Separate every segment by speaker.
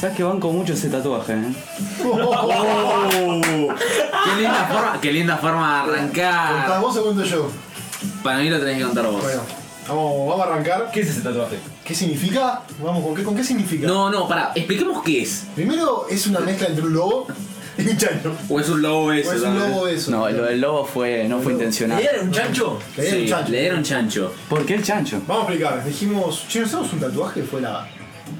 Speaker 1: Sabes que banco mucho ese tatuaje, eh?
Speaker 2: Qué linda forma, qué linda forma de
Speaker 3: ¿Contás
Speaker 2: arrancar.
Speaker 3: vos o cuento yo?
Speaker 2: Para mí lo tenés que contar vos.
Speaker 3: Bueno, vamos, vamos a arrancar.
Speaker 4: ¿Qué es ese tatuaje?
Speaker 3: ¿Qué significa? Vamos, ¿con qué, con qué significa?
Speaker 2: No, no, pará, expliquemos qué es.
Speaker 3: Primero es una mezcla entre un lobo y un chancho.
Speaker 2: O es un lobo
Speaker 3: O
Speaker 2: eso.
Speaker 3: es un
Speaker 2: también.
Speaker 3: lobo de eso.
Speaker 1: No, lo del lobo fue, no fue intencional.
Speaker 4: ¿Le un chancho?
Speaker 3: Que era un
Speaker 2: Sí,
Speaker 3: chancho.
Speaker 2: le dieron chancho.
Speaker 1: ¿Por qué el chancho?
Speaker 3: Vamos a explicar. Dijimos, che, ¿nos hacemos un tatuaje? Fue la,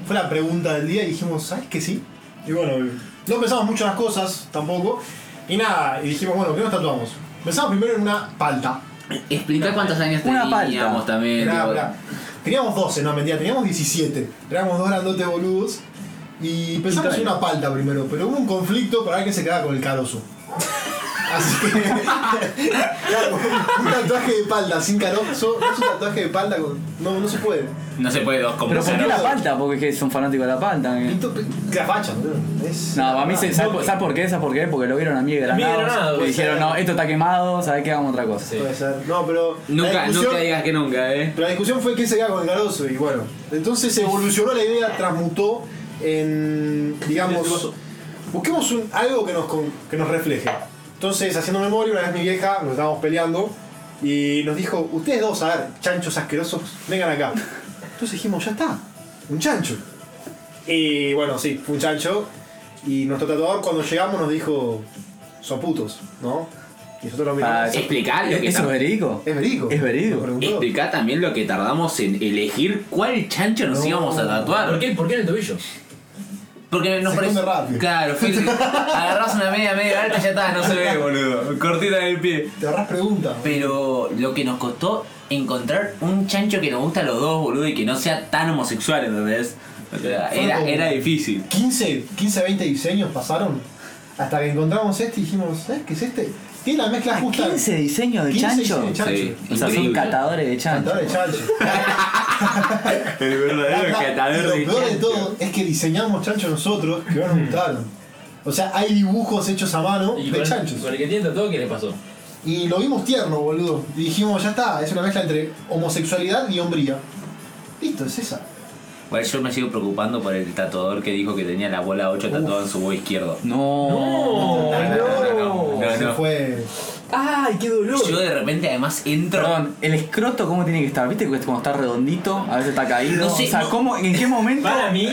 Speaker 3: fue la pregunta del día y dijimos, ¿sabes que sí? Y bueno, no pensamos mucho en las cosas tampoco. Y nada, y dijimos, bueno, ¿qué nos tatuamos? Pensamos primero en una palta.
Speaker 2: Explica
Speaker 3: eh,
Speaker 2: cuántos años
Speaker 1: Una
Speaker 2: teníamos
Speaker 1: palta.
Speaker 2: también.
Speaker 3: Mirá,
Speaker 2: tipo-
Speaker 3: mirá. Teníamos 12, no mentira, teníamos 17. Éramos dos grandotes boludos. Y pensamos en una palta primero, pero hubo un conflicto para ver quién se quedaba con el carozo. Así que. claro, un tatuaje de palta sin carozo, no es un tatuaje de palta con. No, no se puede.
Speaker 2: No se puede dos como
Speaker 1: ¿Pero por qué
Speaker 2: cero.
Speaker 1: la palta? Porque es que son fanático de la palta. que-
Speaker 3: Pinto- La facha, boludo. Ah, Es-
Speaker 1: No, para mí, se, ¿sabes, por- sabes por qué? ¿Sabes por qué? Porque lo vieron a Miguel
Speaker 4: Miguel Granados,
Speaker 1: Granados. Y
Speaker 4: puede
Speaker 1: dijeron,
Speaker 3: ser.
Speaker 1: no, esto está quemado, ¿sabes qué? Hagamos otra cosa.
Speaker 3: Puede ser. No, pero. la
Speaker 2: Nunca,
Speaker 3: discusión-
Speaker 2: nunca digas que nunca, eh.
Speaker 3: Pero la discusión fue quién se queda con el garoso y bueno. Entonces evolucionó la idea, transmutó en, digamos, busquemos un- algo que nos, con- que nos refleje. Entonces, haciendo memoria, una vez mi vieja, nos estábamos peleando y nos dijo, ustedes dos, a ver, chanchos asquerosos, vengan acá. Entonces dijimos, ya está, un chancho. Y bueno, sí, fue un chancho. Y nuestro tatuador cuando llegamos nos dijo, son putos, ¿no? Y nosotros lo miramos.
Speaker 1: Ah,
Speaker 3: es,
Speaker 1: eso-
Speaker 2: Explicar lo que
Speaker 1: ¿Eso es
Speaker 2: tar-
Speaker 1: verídico?
Speaker 3: verídico.
Speaker 1: Es verídico.
Speaker 3: Nos preguntó.
Speaker 2: Explica también lo que tardamos en elegir cuál chancho nos
Speaker 3: No.
Speaker 2: íbamos a tatuar.
Speaker 4: ¿Por qué, ¿Por qué en el tobillo?
Speaker 2: Porque nos
Speaker 3: Se
Speaker 2: parece.
Speaker 3: come rápido.
Speaker 2: Claro, fíjate, agarrás una media, media alta y ya está, no se ve, boludo. Cortita del pie.
Speaker 3: Te agarrás preguntas.
Speaker 2: Pero lo que nos costó encontrar un chancho que nos gusta a los dos, boludo, y que no sea tan homosexual, ¿entendés? O sea,
Speaker 3: Fue
Speaker 2: era,
Speaker 3: como-
Speaker 2: era difícil.
Speaker 3: 15, 15, 20 diseños pasaron hasta que encontramos este y dijimos, ¿sabes qué es este? Tiene la mezcla justa.
Speaker 1: 15 diseños de
Speaker 3: 15
Speaker 1: chancho.
Speaker 3: diseños de chancho.
Speaker 2: Sí.
Speaker 1: O sea, son
Speaker 2: Increíble.
Speaker 1: catadores de chancho.
Speaker 3: Cantador de chancho.
Speaker 2: El verdadero
Speaker 3: Y
Speaker 2: catador
Speaker 3: lo
Speaker 2: de
Speaker 3: peor de
Speaker 2: chancho.
Speaker 3: todo es que diseñamos chancho nosotros que no nos gustaron. O sea, hay dibujos hechos a mano
Speaker 4: Mm. Y
Speaker 3: de
Speaker 4: con,
Speaker 3: chanchos.
Speaker 4: con el que tiene tatuado, ¿qué le pasó?
Speaker 3: Y lo vimos tierno, boludo. Y dijimos, ya está, es una mezcla entre homosexualidad y hombría. Listo, es esa.
Speaker 2: Igual yo me sigo preocupando por el tatuador que dijo que tenía la bola 8 tatuada en su bow izquierdo.
Speaker 1: No.
Speaker 2: no, no, no, no,
Speaker 3: Se
Speaker 2: no.
Speaker 3: fue.
Speaker 4: ¡Ay, qué dolor!
Speaker 2: Yo de repente además entro.
Speaker 1: Perdón, el escroto cómo tiene que estar, viste que cuando está redondito, a veces está caído.
Speaker 2: No sé,
Speaker 1: o sea,
Speaker 2: no.
Speaker 1: ¿cómo, en qué momento?
Speaker 4: Para mí,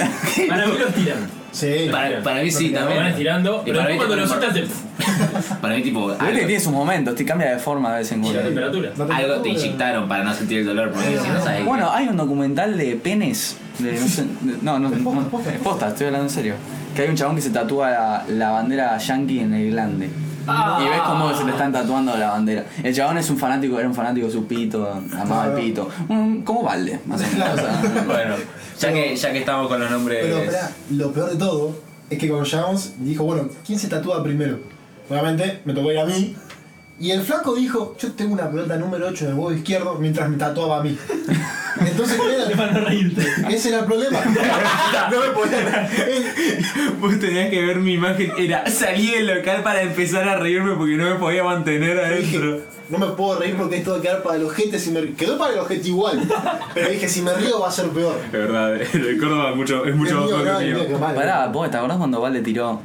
Speaker 4: para mí los tiran.
Speaker 3: Sí.
Speaker 2: Para, para mí sí,
Speaker 4: Lo van
Speaker 2: también.
Speaker 4: estirando,
Speaker 2: Y
Speaker 4: pero
Speaker 2: para mí
Speaker 4: después cuando lo este
Speaker 2: también,
Speaker 4: sueltas te
Speaker 2: para- para mí tipo.
Speaker 1: Viste que
Speaker 2: algo-
Speaker 1: este tiene sus momentos, te cambia de forma de vez en
Speaker 4: y la
Speaker 1: cuando.
Speaker 4: temperatura.
Speaker 3: La
Speaker 2: Algo te
Speaker 3: temperatura.
Speaker 2: inyectaron para no sentir el dolor, porque si no sabes.
Speaker 1: Bueno, hay un documental de penes. de- no, sé- de- no, no, no,
Speaker 3: Posta, posta.
Speaker 1: posta, estoy hablando en serio. Que hay un chabón que se tatúa la, la bandera yankee en el glande. Y ves cómo se le están tatuando la bandera. El chabón es un fanático, era un fanático de su pito, amaba el pito. Mm, Como balde, más o menos. O sea,
Speaker 2: Bueno, ya, que, ya que estamos con los nombres.
Speaker 3: Pero espera, lo peor de todo es que cuando llegamos dijo, bueno, ¿quién se tatúa primero? Obviamente me tocó ir a mí. Y el flaco dijo, yo tengo una pelota número 8 en el huevo izquierdo mientras me tatuaba a mí. Entonces, ¿qué era?
Speaker 4: Para no reírte.
Speaker 3: ese era el problema. no me podía.
Speaker 2: Vos tenías que ver mi imagen. Era salí del local para empezar a reírme porque no me podía mantener
Speaker 3: Dije, no me puedo reír porque esto va a quedar para el ojete. Si me... Quedó para el ojete igual. Pero dije, si me río va a ser peor.
Speaker 2: De verdad, el Córdoba es mucho, es
Speaker 3: Es mío,
Speaker 2: mejor
Speaker 3: no, es mío, que mal.
Speaker 1: Pará, vos, ¿te acordás cuando Valde tiró?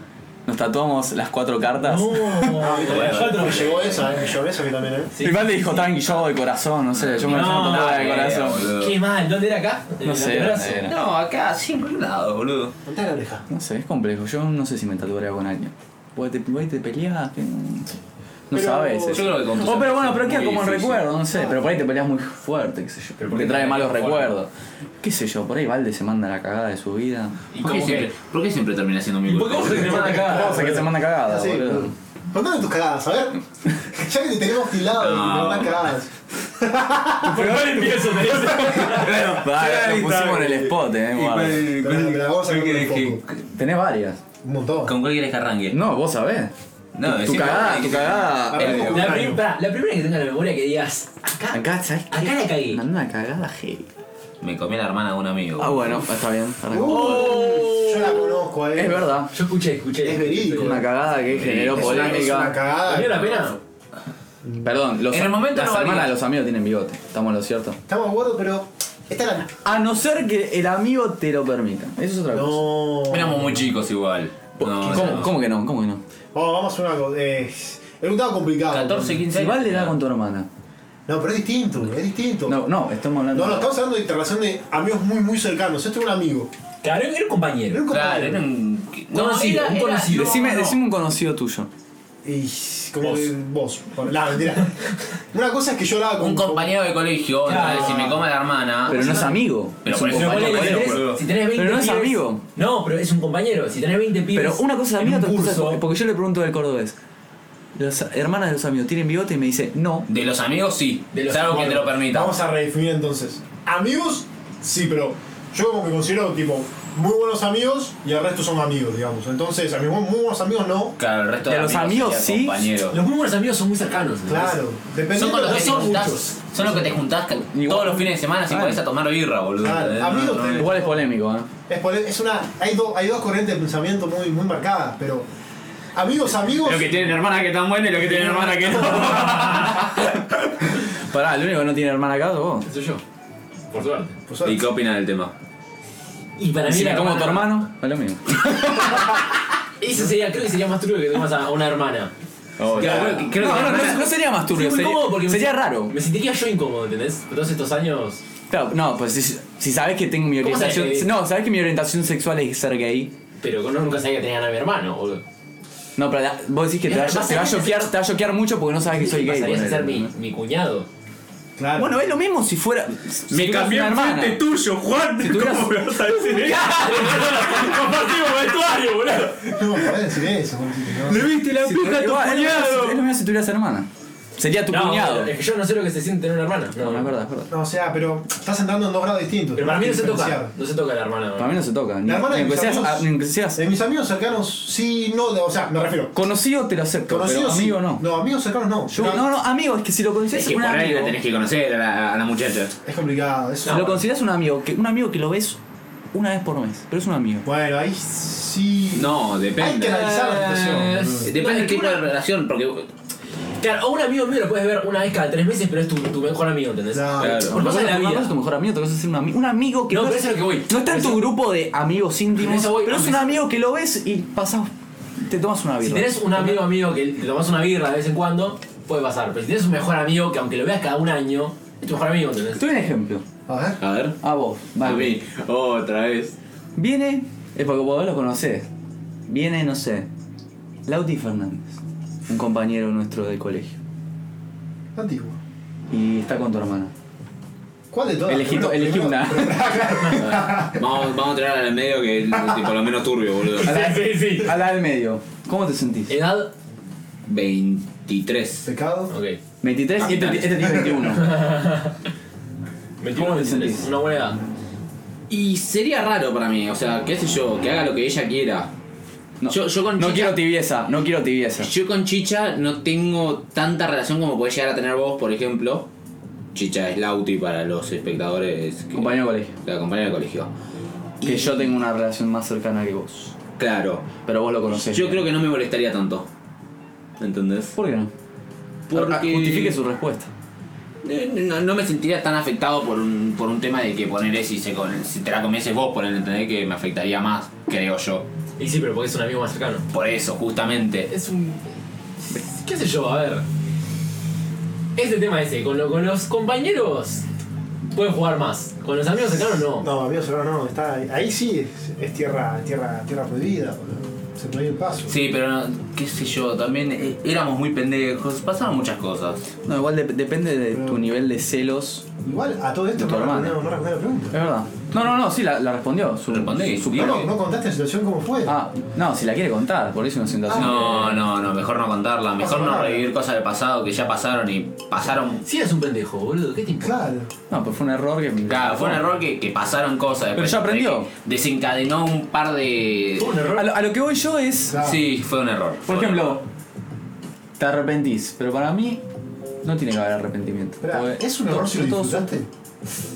Speaker 1: Nos tatuamos las cuatro cartas.
Speaker 3: No, me
Speaker 2: bueno.
Speaker 3: llegó- me llegó esa, eh, me llegó esa a mí también, eh.
Speaker 1: Y Valde dijo, tranqui, yo hago de corazón, no sé, yo me
Speaker 4: No,
Speaker 1: yo me tatuaba de
Speaker 2: no,
Speaker 1: corazón.
Speaker 2: boludo.
Speaker 4: Qué mal, ¿dónde era acá? Eh,
Speaker 1: No sé,
Speaker 4: ¿En el
Speaker 1: no sé.
Speaker 2: No, acá siempre lados, boludo.
Speaker 3: Montá la oreja.
Speaker 1: No sé, es complejo. Yo no sé si me tatuaría con alguien. Vos te, vos te peleás, que no, no
Speaker 3: Pero-
Speaker 1: sabes.
Speaker 2: yo creo que con tus
Speaker 1: Oh, pero
Speaker 2: amigos
Speaker 1: bueno,
Speaker 2: es
Speaker 1: pero queda
Speaker 2: muy
Speaker 1: como un
Speaker 2: difícil.
Speaker 1: recuerdo, no sé. Pero por ahí te peleas muy fuerte, qué sé yo.
Speaker 4: Pero ¿por
Speaker 1: porque
Speaker 4: qué
Speaker 1: trae
Speaker 4: te
Speaker 1: malos
Speaker 4: peleas fuerte?
Speaker 1: recuerdos. Qué sé yo, por ahí Valde se manda la cagada de su vida.
Speaker 2: ¿Y ¿Por, qué siempre, ¿Por qué siempre termina siendo mi
Speaker 4: ¿Y por
Speaker 2: culpa?
Speaker 4: qué vos te
Speaker 2: boludo?
Speaker 4: manda
Speaker 1: Ah,
Speaker 4: acá?
Speaker 1: o sea, que se manda cagada,
Speaker 3: Sí,
Speaker 1: boludo.
Speaker 3: Contame tus cagadas, a ver. Ya que te tenemos tilado
Speaker 2: No.
Speaker 3: no. las cagadas.
Speaker 4: Por favor, empiezo, te dice.
Speaker 1: Vale,
Speaker 2: ahí
Speaker 1: lo pusimos
Speaker 2: está,
Speaker 1: en el
Speaker 2: güey.
Speaker 1: spot, eh. guarda.
Speaker 3: Pero, pero vamos a
Speaker 2: Creo que-
Speaker 3: ver un
Speaker 2: que-
Speaker 3: poco.
Speaker 1: Tenés varias.
Speaker 3: Un montón.
Speaker 2: ¿Con cuál quieres que arranque?
Speaker 1: No, vos sabés.
Speaker 2: No,
Speaker 1: tu
Speaker 2: decime
Speaker 1: cagada,
Speaker 2: vos,
Speaker 1: tu
Speaker 2: decime.
Speaker 1: cagada.
Speaker 3: Arranco
Speaker 1: eh,
Speaker 3: con-
Speaker 4: La,
Speaker 3: Claro.
Speaker 4: prim- pará, la primera que tenga la memoria que digas. Acá.
Speaker 1: Acá, ¿sabes? qué?
Speaker 4: Acá la cagué.
Speaker 1: Mandó una cagada, heavy.
Speaker 2: Me comí la hermana de un amigo.
Speaker 1: Ah, bueno, está bien. arrancó.
Speaker 3: Uh, Yo la conozco, eh.
Speaker 1: Es verdad.
Speaker 4: Yo escuché, escuché.
Speaker 3: Es verídico.
Speaker 1: Una cagada que generó
Speaker 3: Es una, es una
Speaker 1: polémica.
Speaker 3: cagada.
Speaker 4: ¿Valió la pena?
Speaker 1: Perdón, los,
Speaker 2: En el momento
Speaker 1: las
Speaker 2: no valía.
Speaker 1: hermanas de los amigos tienen bigote. Estamos en lo cierto.
Speaker 3: Estamos de acuerdo, pero. Esta era.
Speaker 1: A no ser que el amigo te lo permita. Eso es otra cosa.
Speaker 3: No.
Speaker 2: Éramos muy chicos igual. No,
Speaker 1: ¿Cómo,
Speaker 2: no.
Speaker 1: cómo que no? ¿Cómo que no?
Speaker 3: Vamos, vamos a hacer una cosa. Eh, era un tema complicado.
Speaker 2: 14, 15
Speaker 1: Si
Speaker 2: años.
Speaker 1: igual le da con tu hermana.
Speaker 3: No, pero es distinto, es distinto.
Speaker 1: No, no, estamos hablando.
Speaker 3: No, no, estamos hablando de interrelación de amigos muy, muy cercanos. Esto era un amigo.
Speaker 4: Claro, era un compañero.
Speaker 3: Era un
Speaker 2: Claro, era
Speaker 3: compañero.
Speaker 2: un.
Speaker 4: Conocido, un conocido.
Speaker 1: Decime,
Speaker 2: no, no.
Speaker 1: decime un conocido tuyo.
Speaker 3: Y como
Speaker 4: Vos.
Speaker 3: que vos. La mentira. una cosa es que yo hablaba con.
Speaker 2: Un compañero de colegio,
Speaker 4: Claro.
Speaker 2: entonces, si me come la hermana.
Speaker 1: Pero no es amigo.
Speaker 2: Pero
Speaker 1: es
Speaker 2: por
Speaker 1: un
Speaker 2: eso
Speaker 4: Pero
Speaker 1: compañero.
Speaker 4: ponele que
Speaker 2: compañero,
Speaker 4: si tenés-
Speaker 2: boludo.
Speaker 4: si tenés 20
Speaker 1: Pero no es
Speaker 4: pibes-
Speaker 1: amigo.
Speaker 4: No, pero es un compañero. Si tenés 20 pibes.
Speaker 1: Pero una cosa es
Speaker 4: en
Speaker 1: amigo,
Speaker 4: un
Speaker 1: otra cosa es.
Speaker 4: curso-
Speaker 1: Porque yo le pregunto del cordobés. Las hermanas de los amigos tienen bigote y me dice, no.
Speaker 2: De los amigos sí.
Speaker 4: De los
Speaker 2: salvo que
Speaker 4: amigos.
Speaker 2: te lo permita.
Speaker 3: Vamos a redefinir entonces. Amigos, sí, pero yo como que considero tipo muy buenos amigos y el resto son amigos, digamos. Entonces, amigos, muy buenos amigos no.
Speaker 2: Claro, el resto
Speaker 1: De
Speaker 2: de,
Speaker 1: los amigos
Speaker 2: sería
Speaker 1: sí.
Speaker 2: compañeros.
Speaker 4: Los muy buenos amigos son muy cercanos. ¿no?
Speaker 3: Claro, depende
Speaker 2: Son con los que te
Speaker 4: son
Speaker 2: juntás.
Speaker 4: muchos.
Speaker 2: Son los que te juntás ca-
Speaker 1: Igual.
Speaker 2: todos los fines de semana si
Speaker 1: Ah.
Speaker 2: podés a tomar birra, boludo.
Speaker 3: Ah,
Speaker 2: Eh,
Speaker 3: amigos
Speaker 2: no,
Speaker 3: te-
Speaker 2: no.
Speaker 1: Igual es polémico, ¿eh?
Speaker 3: Es, por- e, es una, hay, do- hay dos corrientes de pensamiento muy, muy marcadas, pero amigos, amigos.
Speaker 2: Los que tienen hermanas que están buenas y los que tienen hermanas que no.
Speaker 1: Pará, el único que no tiene hermana acá sos vos.
Speaker 4: Soy yo. Por suerte.
Speaker 3: Por suerte.
Speaker 2: ¿Y qué opinas del tema?
Speaker 4: Y para mí.
Speaker 1: Si
Speaker 4: la
Speaker 1: me como tu
Speaker 4: hermana-
Speaker 1: hermano, es Ah, lo mismo.
Speaker 4: Ese sería, creo que sería más turbio que tengas a una hermana.
Speaker 2: Oh, Claro, creo que- creo
Speaker 1: no,
Speaker 2: que
Speaker 1: no,
Speaker 2: la
Speaker 1: no,
Speaker 2: hermana-
Speaker 1: no sería más turbio,
Speaker 4: Sí, muy
Speaker 1: sería,
Speaker 4: incómodo porque me
Speaker 1: sería
Speaker 4: sent-
Speaker 1: raro.
Speaker 4: Me sentiría yo incómodo, ¿entendés? Por todos estos años.
Speaker 1: Claro, no, pues si, si sabes que tengo mi
Speaker 4: ¿Cómo sabés
Speaker 1: orientación.
Speaker 4: que-
Speaker 1: No, sabes que mi orientación sexual es ser gay.
Speaker 4: Pero no- nunca sabía que tenían a mi hermano, boludo.
Speaker 1: No, pero la- vos decís que te
Speaker 4: Es
Speaker 1: va, a-
Speaker 4: verdad,
Speaker 1: te va a
Speaker 4: pasa que-
Speaker 1: shockear, te va a shockear mucho porque no sabes que soy gay.
Speaker 4: Pasarías a
Speaker 1: ponele.
Speaker 4: ser mi, mi cuñado.
Speaker 3: Claro.
Speaker 1: Bueno, es lo mismo si fuera. si
Speaker 5: Me
Speaker 1: tuvieras
Speaker 5: cambié
Speaker 1: una
Speaker 5: enfrente
Speaker 1: hermana.
Speaker 5: tuyo, Juan.
Speaker 1: tuvieras-
Speaker 5: ¿Cómo me vas a decir eso? Compartimos vestuario, boludo.
Speaker 3: no, podés decir eso. Juancito,
Speaker 5: Le viste la
Speaker 1: Si
Speaker 5: pija a tu
Speaker 1: tuvieras- igual, es lo mismo si- Es lo
Speaker 5: cuñado.
Speaker 1: mismo si tuvieras hermana. Sería tu
Speaker 4: No,
Speaker 1: cuñado.
Speaker 4: Es que yo no sé lo que se siente tener una hermana.
Speaker 1: No, no, es verdad, es verdad.
Speaker 3: No, o sea, pero estás entrando en dos grados distintos.
Speaker 4: Pero para mí no se
Speaker 3: Diferenciar.
Speaker 4: toca. No se toca la hermana.
Speaker 1: Para mí no se toca. Ni,
Speaker 3: La hermana
Speaker 1: ni
Speaker 3: de
Speaker 1: aunque
Speaker 3: mis,
Speaker 1: seas,
Speaker 3: amigos,
Speaker 1: a- ni aunque seas
Speaker 3: de mis amigos cercanos, sí, no, de- o sea, me refiero.
Speaker 1: conocido, te lo acepto. pero
Speaker 3: Conocidos, sí.
Speaker 1: amigo, no.
Speaker 3: No, amigos cercanos no.
Speaker 1: Yo-
Speaker 3: Pero
Speaker 1: no, no, amigo, es que si lo consideras
Speaker 2: Es que
Speaker 1: un
Speaker 2: por ahí
Speaker 1: amigo.
Speaker 2: la tenés que conocer a la, a la muchacha.
Speaker 3: Es complicado. Eso.
Speaker 1: Si lo consideras un amigo, que, un amigo que lo ves una vez por mes, pero es un amigo.
Speaker 3: Bueno, ahí sí.
Speaker 2: No,
Speaker 3: Hay que
Speaker 2: depende.
Speaker 3: analizar la
Speaker 4: Eh,
Speaker 3: situación.
Speaker 4: sí.
Speaker 2: Depende del tipo de relación, porque.
Speaker 4: Claro, o un amigo mío lo puedes ver una vez cada tres meses, pero es tu, tu mejor amigo, ¿entendés?
Speaker 3: Claro.
Speaker 2: Claro.
Speaker 4: Por
Speaker 1: Una
Speaker 4: cosas
Speaker 1: cosa
Speaker 4: de la
Speaker 1: una
Speaker 4: vida.
Speaker 1: cosa es tu mejor amigo, otra cosa es un, ami- un amigo que
Speaker 4: No,
Speaker 1: no,
Speaker 4: pero
Speaker 1: es,
Speaker 4: eso es lo que voy.
Speaker 1: no está en
Speaker 4: Eso-
Speaker 1: tu grupo de amigos
Speaker 4: Pero
Speaker 1: íntimos,
Speaker 4: eso voy,
Speaker 1: pero es un
Speaker 4: hombre.
Speaker 1: amigo que lo ves y pasas, te tomas una
Speaker 4: Si
Speaker 1: birra.
Speaker 4: tenés un amigo amigo que le tomás una birra de vez en cuando, puede pasar. Pero si tenés un mejor amigo que aunque lo veas cada un año, es tu mejor amigo, ¿entendés?
Speaker 1: Te doy un ejemplo,
Speaker 3: A ver.
Speaker 2: A ver.
Speaker 1: a vos,
Speaker 2: A
Speaker 1: vale.
Speaker 2: mí, otra vez.
Speaker 1: Viene, es porque vos lo conocés, viene, no sé, Lauti Fernández, un compañero nuestro del colegio,
Speaker 3: Antiguo.
Speaker 1: y está con tu hermana.
Speaker 3: ¿Cuál de todas?
Speaker 1: Elegí to-
Speaker 3: Primero-
Speaker 1: elegí una.
Speaker 3: primero-
Speaker 2: Vamos, vamos a tirar al medio que es tipo lo menos turbio, boludo.
Speaker 1: A la,
Speaker 4: Sí, sí, sí.
Speaker 1: a la del medio, ¿cómo te sentís?
Speaker 4: Edad,
Speaker 2: 23.
Speaker 3: Pecado.
Speaker 4: ok.
Speaker 1: 23 y este,
Speaker 2: Capitán.
Speaker 1: este tiene 21. ¿Cómo te
Speaker 4: 21,
Speaker 1: sentís?
Speaker 4: Una buena edad.
Speaker 2: Y sería raro para mí, o sea, qué sé yo, que haga lo que ella quiera.
Speaker 1: No,
Speaker 2: Yo- yo con
Speaker 1: no
Speaker 2: chica-
Speaker 1: quiero tibieza, no quiero tibieza.
Speaker 2: Yo con Chicha no tengo tanta relación como podés llegar a tener vos, por ejemplo. Chicha es Lauti para los espectadores. que-
Speaker 1: Compañero de colegio.
Speaker 2: La compañera de colegio.
Speaker 1: Que yo tengo una relación más cercana que vos.
Speaker 2: Claro.
Speaker 1: Pero vos lo conocés.
Speaker 2: Yo creo que no me molestaría tanto. ¿Entendés?
Speaker 1: ¿Por qué no?
Speaker 2: Porque-
Speaker 1: Ah, Justifique su respuesta.
Speaker 2: Eh, No, no me sentiría tan afectado por un, por un tema de que ponerle si, se, con- si te la comieses vos, ponerle entender que me afectaría más, creo yo.
Speaker 4: Y sí, pero porque es un amigo más cercano.
Speaker 2: Por eso, justamente.
Speaker 4: Es un. ¿Qué sé yo? A ver. Ese tema ese, con, lo- con los compañeros puedes jugar más. Con los amigos cercanos no.
Speaker 3: No, amigos, no, no. Está, ahí sí es, es tierra, tierra, tierra prohibida, boludo. Se prohíbe el paso.
Speaker 2: Sí, pero no, qué sé yo, también eh, éramos muy pendejos, pasaron muchas cosas.
Speaker 1: No, igual de- depende de tu nivel de celos.
Speaker 3: Igual a todo
Speaker 1: De
Speaker 3: esto
Speaker 1: tu
Speaker 3: no
Speaker 1: hermana.
Speaker 3: respondieron no respondieron la
Speaker 1: Es
Speaker 3: pregunta.
Speaker 1: verdad. No, no, no, sí, la, la respondió. Su,
Speaker 2: Respondí,
Speaker 1: su-
Speaker 2: digo.
Speaker 3: No, no contaste la situación como fue.
Speaker 1: Ah, no, si la quiere contar, por eso es una situación.
Speaker 2: No, no, no, mejor no contarla, mejor
Speaker 3: Pasa
Speaker 2: no
Speaker 3: nada.
Speaker 2: revivir cosas del pasado que ya pasaron y pasaron.
Speaker 4: Sí, eres un pendejo, boludo, ¿qué te importa?
Speaker 3: Claro.
Speaker 1: No, pues fue un error que.
Speaker 2: Claro, fue un error que, que pasaron cosas.
Speaker 1: Pero
Speaker 2: después
Speaker 1: ya aprendió.
Speaker 2: de que Desencadenó un par de.
Speaker 4: Fue un error.
Speaker 1: A lo, a lo que voy yo es.
Speaker 3: Claro.
Speaker 2: Sí, fue un error.
Speaker 1: Por ejemplo, te arrepentís, pero para mí no tiene que haber arrepentimiento.
Speaker 3: Esperá,
Speaker 1: Porque
Speaker 3: ¿Es un error si lo
Speaker 1: Pues, yo todo-
Speaker 3: disfrutaste?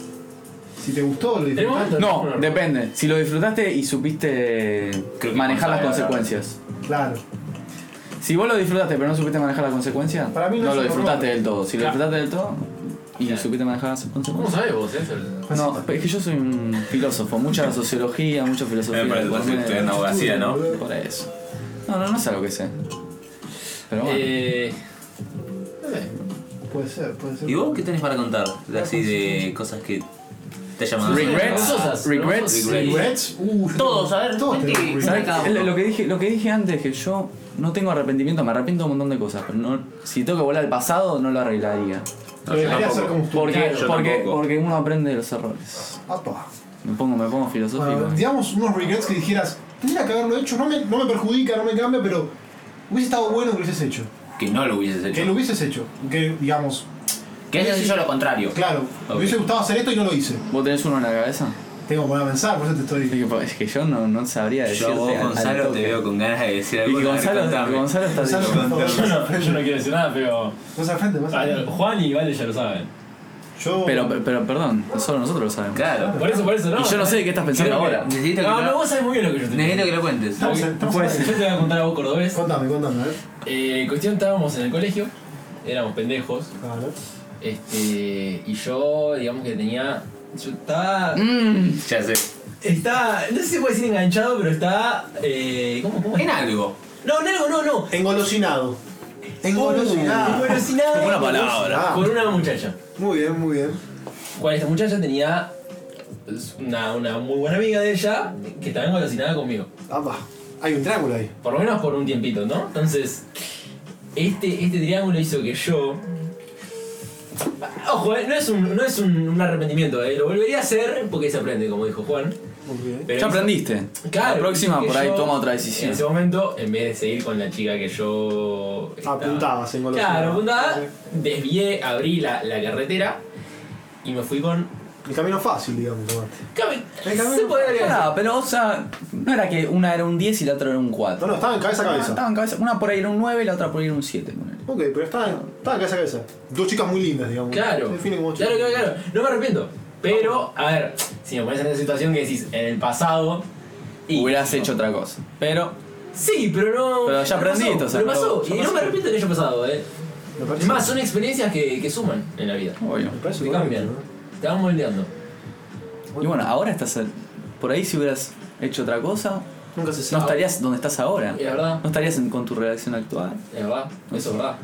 Speaker 3: Si te gustó, lo
Speaker 4: Tenemos-
Speaker 3: disfrutaste.
Speaker 1: No, depende. Si lo disfrutaste y supiste
Speaker 2: Creo que
Speaker 1: manejar las
Speaker 2: consagra.
Speaker 1: consecuencias.
Speaker 3: Claro.
Speaker 1: Si vos lo disfrutaste pero no supiste manejar las consecuencias,
Speaker 3: Para mí no es
Speaker 1: lo
Speaker 3: un
Speaker 1: disfrutaste
Speaker 3: error.
Speaker 1: del todo. Si lo
Speaker 4: Claro.
Speaker 1: disfrutaste del todo y
Speaker 4: Claro.
Speaker 1: supiste manejar las
Speaker 4: ¿Cómo
Speaker 1: consecuencias.
Speaker 4: sabes vos eh? eso?
Speaker 1: No, es que yo soy un filósofo, mucha sociología, mucha filosofía.
Speaker 6: Me parece
Speaker 1: por
Speaker 6: que estoy
Speaker 1: medio.
Speaker 6: estudiando abogacía, ¿no?
Speaker 1: Por eso. No, no, no sé lo que sé. Pero bueno.
Speaker 4: Eh, no sé.
Speaker 3: Puede ser, puede ser.
Speaker 6: ¿Y vos qué tenés para contar? De Así de cosas que te
Speaker 2: Ah.
Speaker 6: llaman.
Speaker 1: regrets,
Speaker 4: Cosas,
Speaker 1: regrets.
Speaker 4: ¿no?
Speaker 1: y-
Speaker 3: ¿Regrets? Uh,
Speaker 2: Todos, a ver,
Speaker 3: todos
Speaker 2: gente-
Speaker 3: tenemos regrets.
Speaker 1: ¿Sabes? Lo, lo que dije, lo que dije antes, que yo no tengo arrepentimiento, me arrepiento de un montón de cosas, pero no, si tengo que volver al pasado no lo arreglaría.
Speaker 3: Pero debería ser como tú.
Speaker 1: Porque,
Speaker 6: Yo
Speaker 1: porque,
Speaker 6: tampoco.
Speaker 1: porque uno aprende de los errores.
Speaker 3: Apa.
Speaker 1: Me pongo, me pongo
Speaker 3: Bueno,
Speaker 1: filosófico.
Speaker 3: digamos unos regrets que dijeras, tendría que haberlo hecho, no me, no me perjudica, no me cambia, pero hubiese estado bueno que lo hubieses hecho.
Speaker 2: Que no lo hubieses
Speaker 3: Que lo
Speaker 2: hecho.
Speaker 3: hubieses hecho. Que, digamos,
Speaker 2: Que hayas hecho lo contrario.
Speaker 3: claro, me
Speaker 2: Ok.
Speaker 3: hubiese gustado hacer esto y no lo hice.
Speaker 1: ¿Vos tenés uno en la cabeza?
Speaker 3: Tengo que poner a pensar, por eso te estoy
Speaker 1: Es que, es que yo no, no sabría decirte.
Speaker 6: Yo a vos,
Speaker 1: al- al
Speaker 6: Gonzalo,
Speaker 1: toque.
Speaker 6: te veo con ganas de decir
Speaker 1: Y
Speaker 6: algo.
Speaker 1: que
Speaker 6: a ver,
Speaker 1: Gonzalo,
Speaker 6: contame.
Speaker 1: Gonzalo está
Speaker 3: Gonzalo,
Speaker 1: diciendo-
Speaker 3: por
Speaker 6: Yo
Speaker 3: favor.
Speaker 4: Yo no, yo no quiero decir nada, pero.
Speaker 3: Vas al frente, vas al frente.
Speaker 4: Juan y Vale ya lo saben.
Speaker 3: Yo.
Speaker 1: Pero, pero perdón, solo nosotros lo sabemos.
Speaker 6: Claro.
Speaker 4: Por eso, por eso, no.
Speaker 1: Y yo no sé de qué estás pensando
Speaker 6: Creo que-
Speaker 1: ahora.
Speaker 6: Necesito que,
Speaker 4: No,
Speaker 6: lo-
Speaker 4: no, vos sabés muy bien lo que yo te
Speaker 6: necesito que lo cuentes.
Speaker 3: Estamos en-
Speaker 4: No
Speaker 3: estamos
Speaker 4: puede
Speaker 3: en-
Speaker 4: ser. Yo te voy a contar a vos cordobés.
Speaker 3: Contame, contame, a ver.
Speaker 4: Eh, cuestión, estábamos en el colegio, éramos pendejos,
Speaker 3: Claro.
Speaker 4: este, y yo, digamos que tenía, yo estaba,
Speaker 1: Mm,
Speaker 2: Ya sé.
Speaker 4: estaba, no sé si se puede decir enganchado, pero estaba, eh, ¿cómo, cómo?
Speaker 2: En algo.
Speaker 4: No, en algo, no,
Speaker 1: Uh,
Speaker 4: no,
Speaker 3: Engolosinado.
Speaker 4: Bueno, si nada,
Speaker 1: Como una
Speaker 4: con-
Speaker 1: palabra.
Speaker 4: Con una muchacha.
Speaker 3: Muy bien, muy bien.
Speaker 4: Cual esta muchacha tenía una, una muy buena amiga de ella, que también cocinaba conmigo.
Speaker 3: Apa. Hay un triángulo ahí.
Speaker 4: por lo menos por un tiempito, ¿no? Entonces, este, este triángulo hizo que yo. Ojo, eh, no es un, no es un, un arrepentimiento, eh, lo volvería a hacer porque se aprende, como dijo Juan.
Speaker 3: Muy bien.
Speaker 4: Pero
Speaker 1: ya aprendiste.
Speaker 4: Claro,
Speaker 1: la próxima
Speaker 4: que
Speaker 1: por ahí
Speaker 4: yo,
Speaker 1: toma otra
Speaker 4: En
Speaker 1: decisión.
Speaker 4: ese momento, en vez de seguir con la chica que yo. estaba-
Speaker 3: Apuntabas, engolosinado.
Speaker 4: Claro, apuntaba,
Speaker 3: Ok.
Speaker 4: desvié, abrí la, la carretera y me fui con.
Speaker 3: El camino fácil, digamos. tomaste.
Speaker 4: Cabe-
Speaker 3: El camino-
Speaker 4: Se podría
Speaker 1: Pará, pero o sea, no era que una era un 10 y la otra era un 4.
Speaker 3: No, no, estaba en cabeza a
Speaker 1: Ah,
Speaker 3: cabeza.
Speaker 1: estaban cabeza- Una por ahí era un 9 y la otra por ahí era un 7. ponele.
Speaker 3: Ok, pero estaba en, estaba en cabeza a cabeza. Dos chicas muy lindas, digamos.
Speaker 4: Claro.
Speaker 3: Se definen como
Speaker 4: claro,
Speaker 3: chicas.
Speaker 4: claro, claro. No me arrepiento. Pero, a ver, si me pones en esa situación que decís en el pasado. Y,
Speaker 1: Hubieras hecho otra cosa. Pero
Speaker 4: Sí, pero no.
Speaker 1: Pero ya
Speaker 4: pero
Speaker 1: aprendí,
Speaker 4: pasó,
Speaker 1: entonces,
Speaker 4: Pero
Speaker 1: pero
Speaker 4: pasó.
Speaker 1: ya
Speaker 4: Y no
Speaker 1: pasó.
Speaker 4: me arrepiento de ello pasado, eh.
Speaker 3: Me
Speaker 4: Es
Speaker 3: parece,
Speaker 4: más, son experiencias que, que suman en la vida.
Speaker 1: Obvio.
Speaker 3: me parece
Speaker 4: que
Speaker 3: correcto,
Speaker 4: cambian.
Speaker 3: ¿no?
Speaker 4: Te van moldeando.
Speaker 1: Y bueno, ahora estás. al- Por ahí si hubieras hecho otra cosa,
Speaker 3: Nunca se
Speaker 1: no
Speaker 3: sabe.
Speaker 1: estarías donde estás ahora.
Speaker 4: Es verdad.
Speaker 1: No estarías en- con tu relación actual.
Speaker 4: Es verdad. Eso es verdad.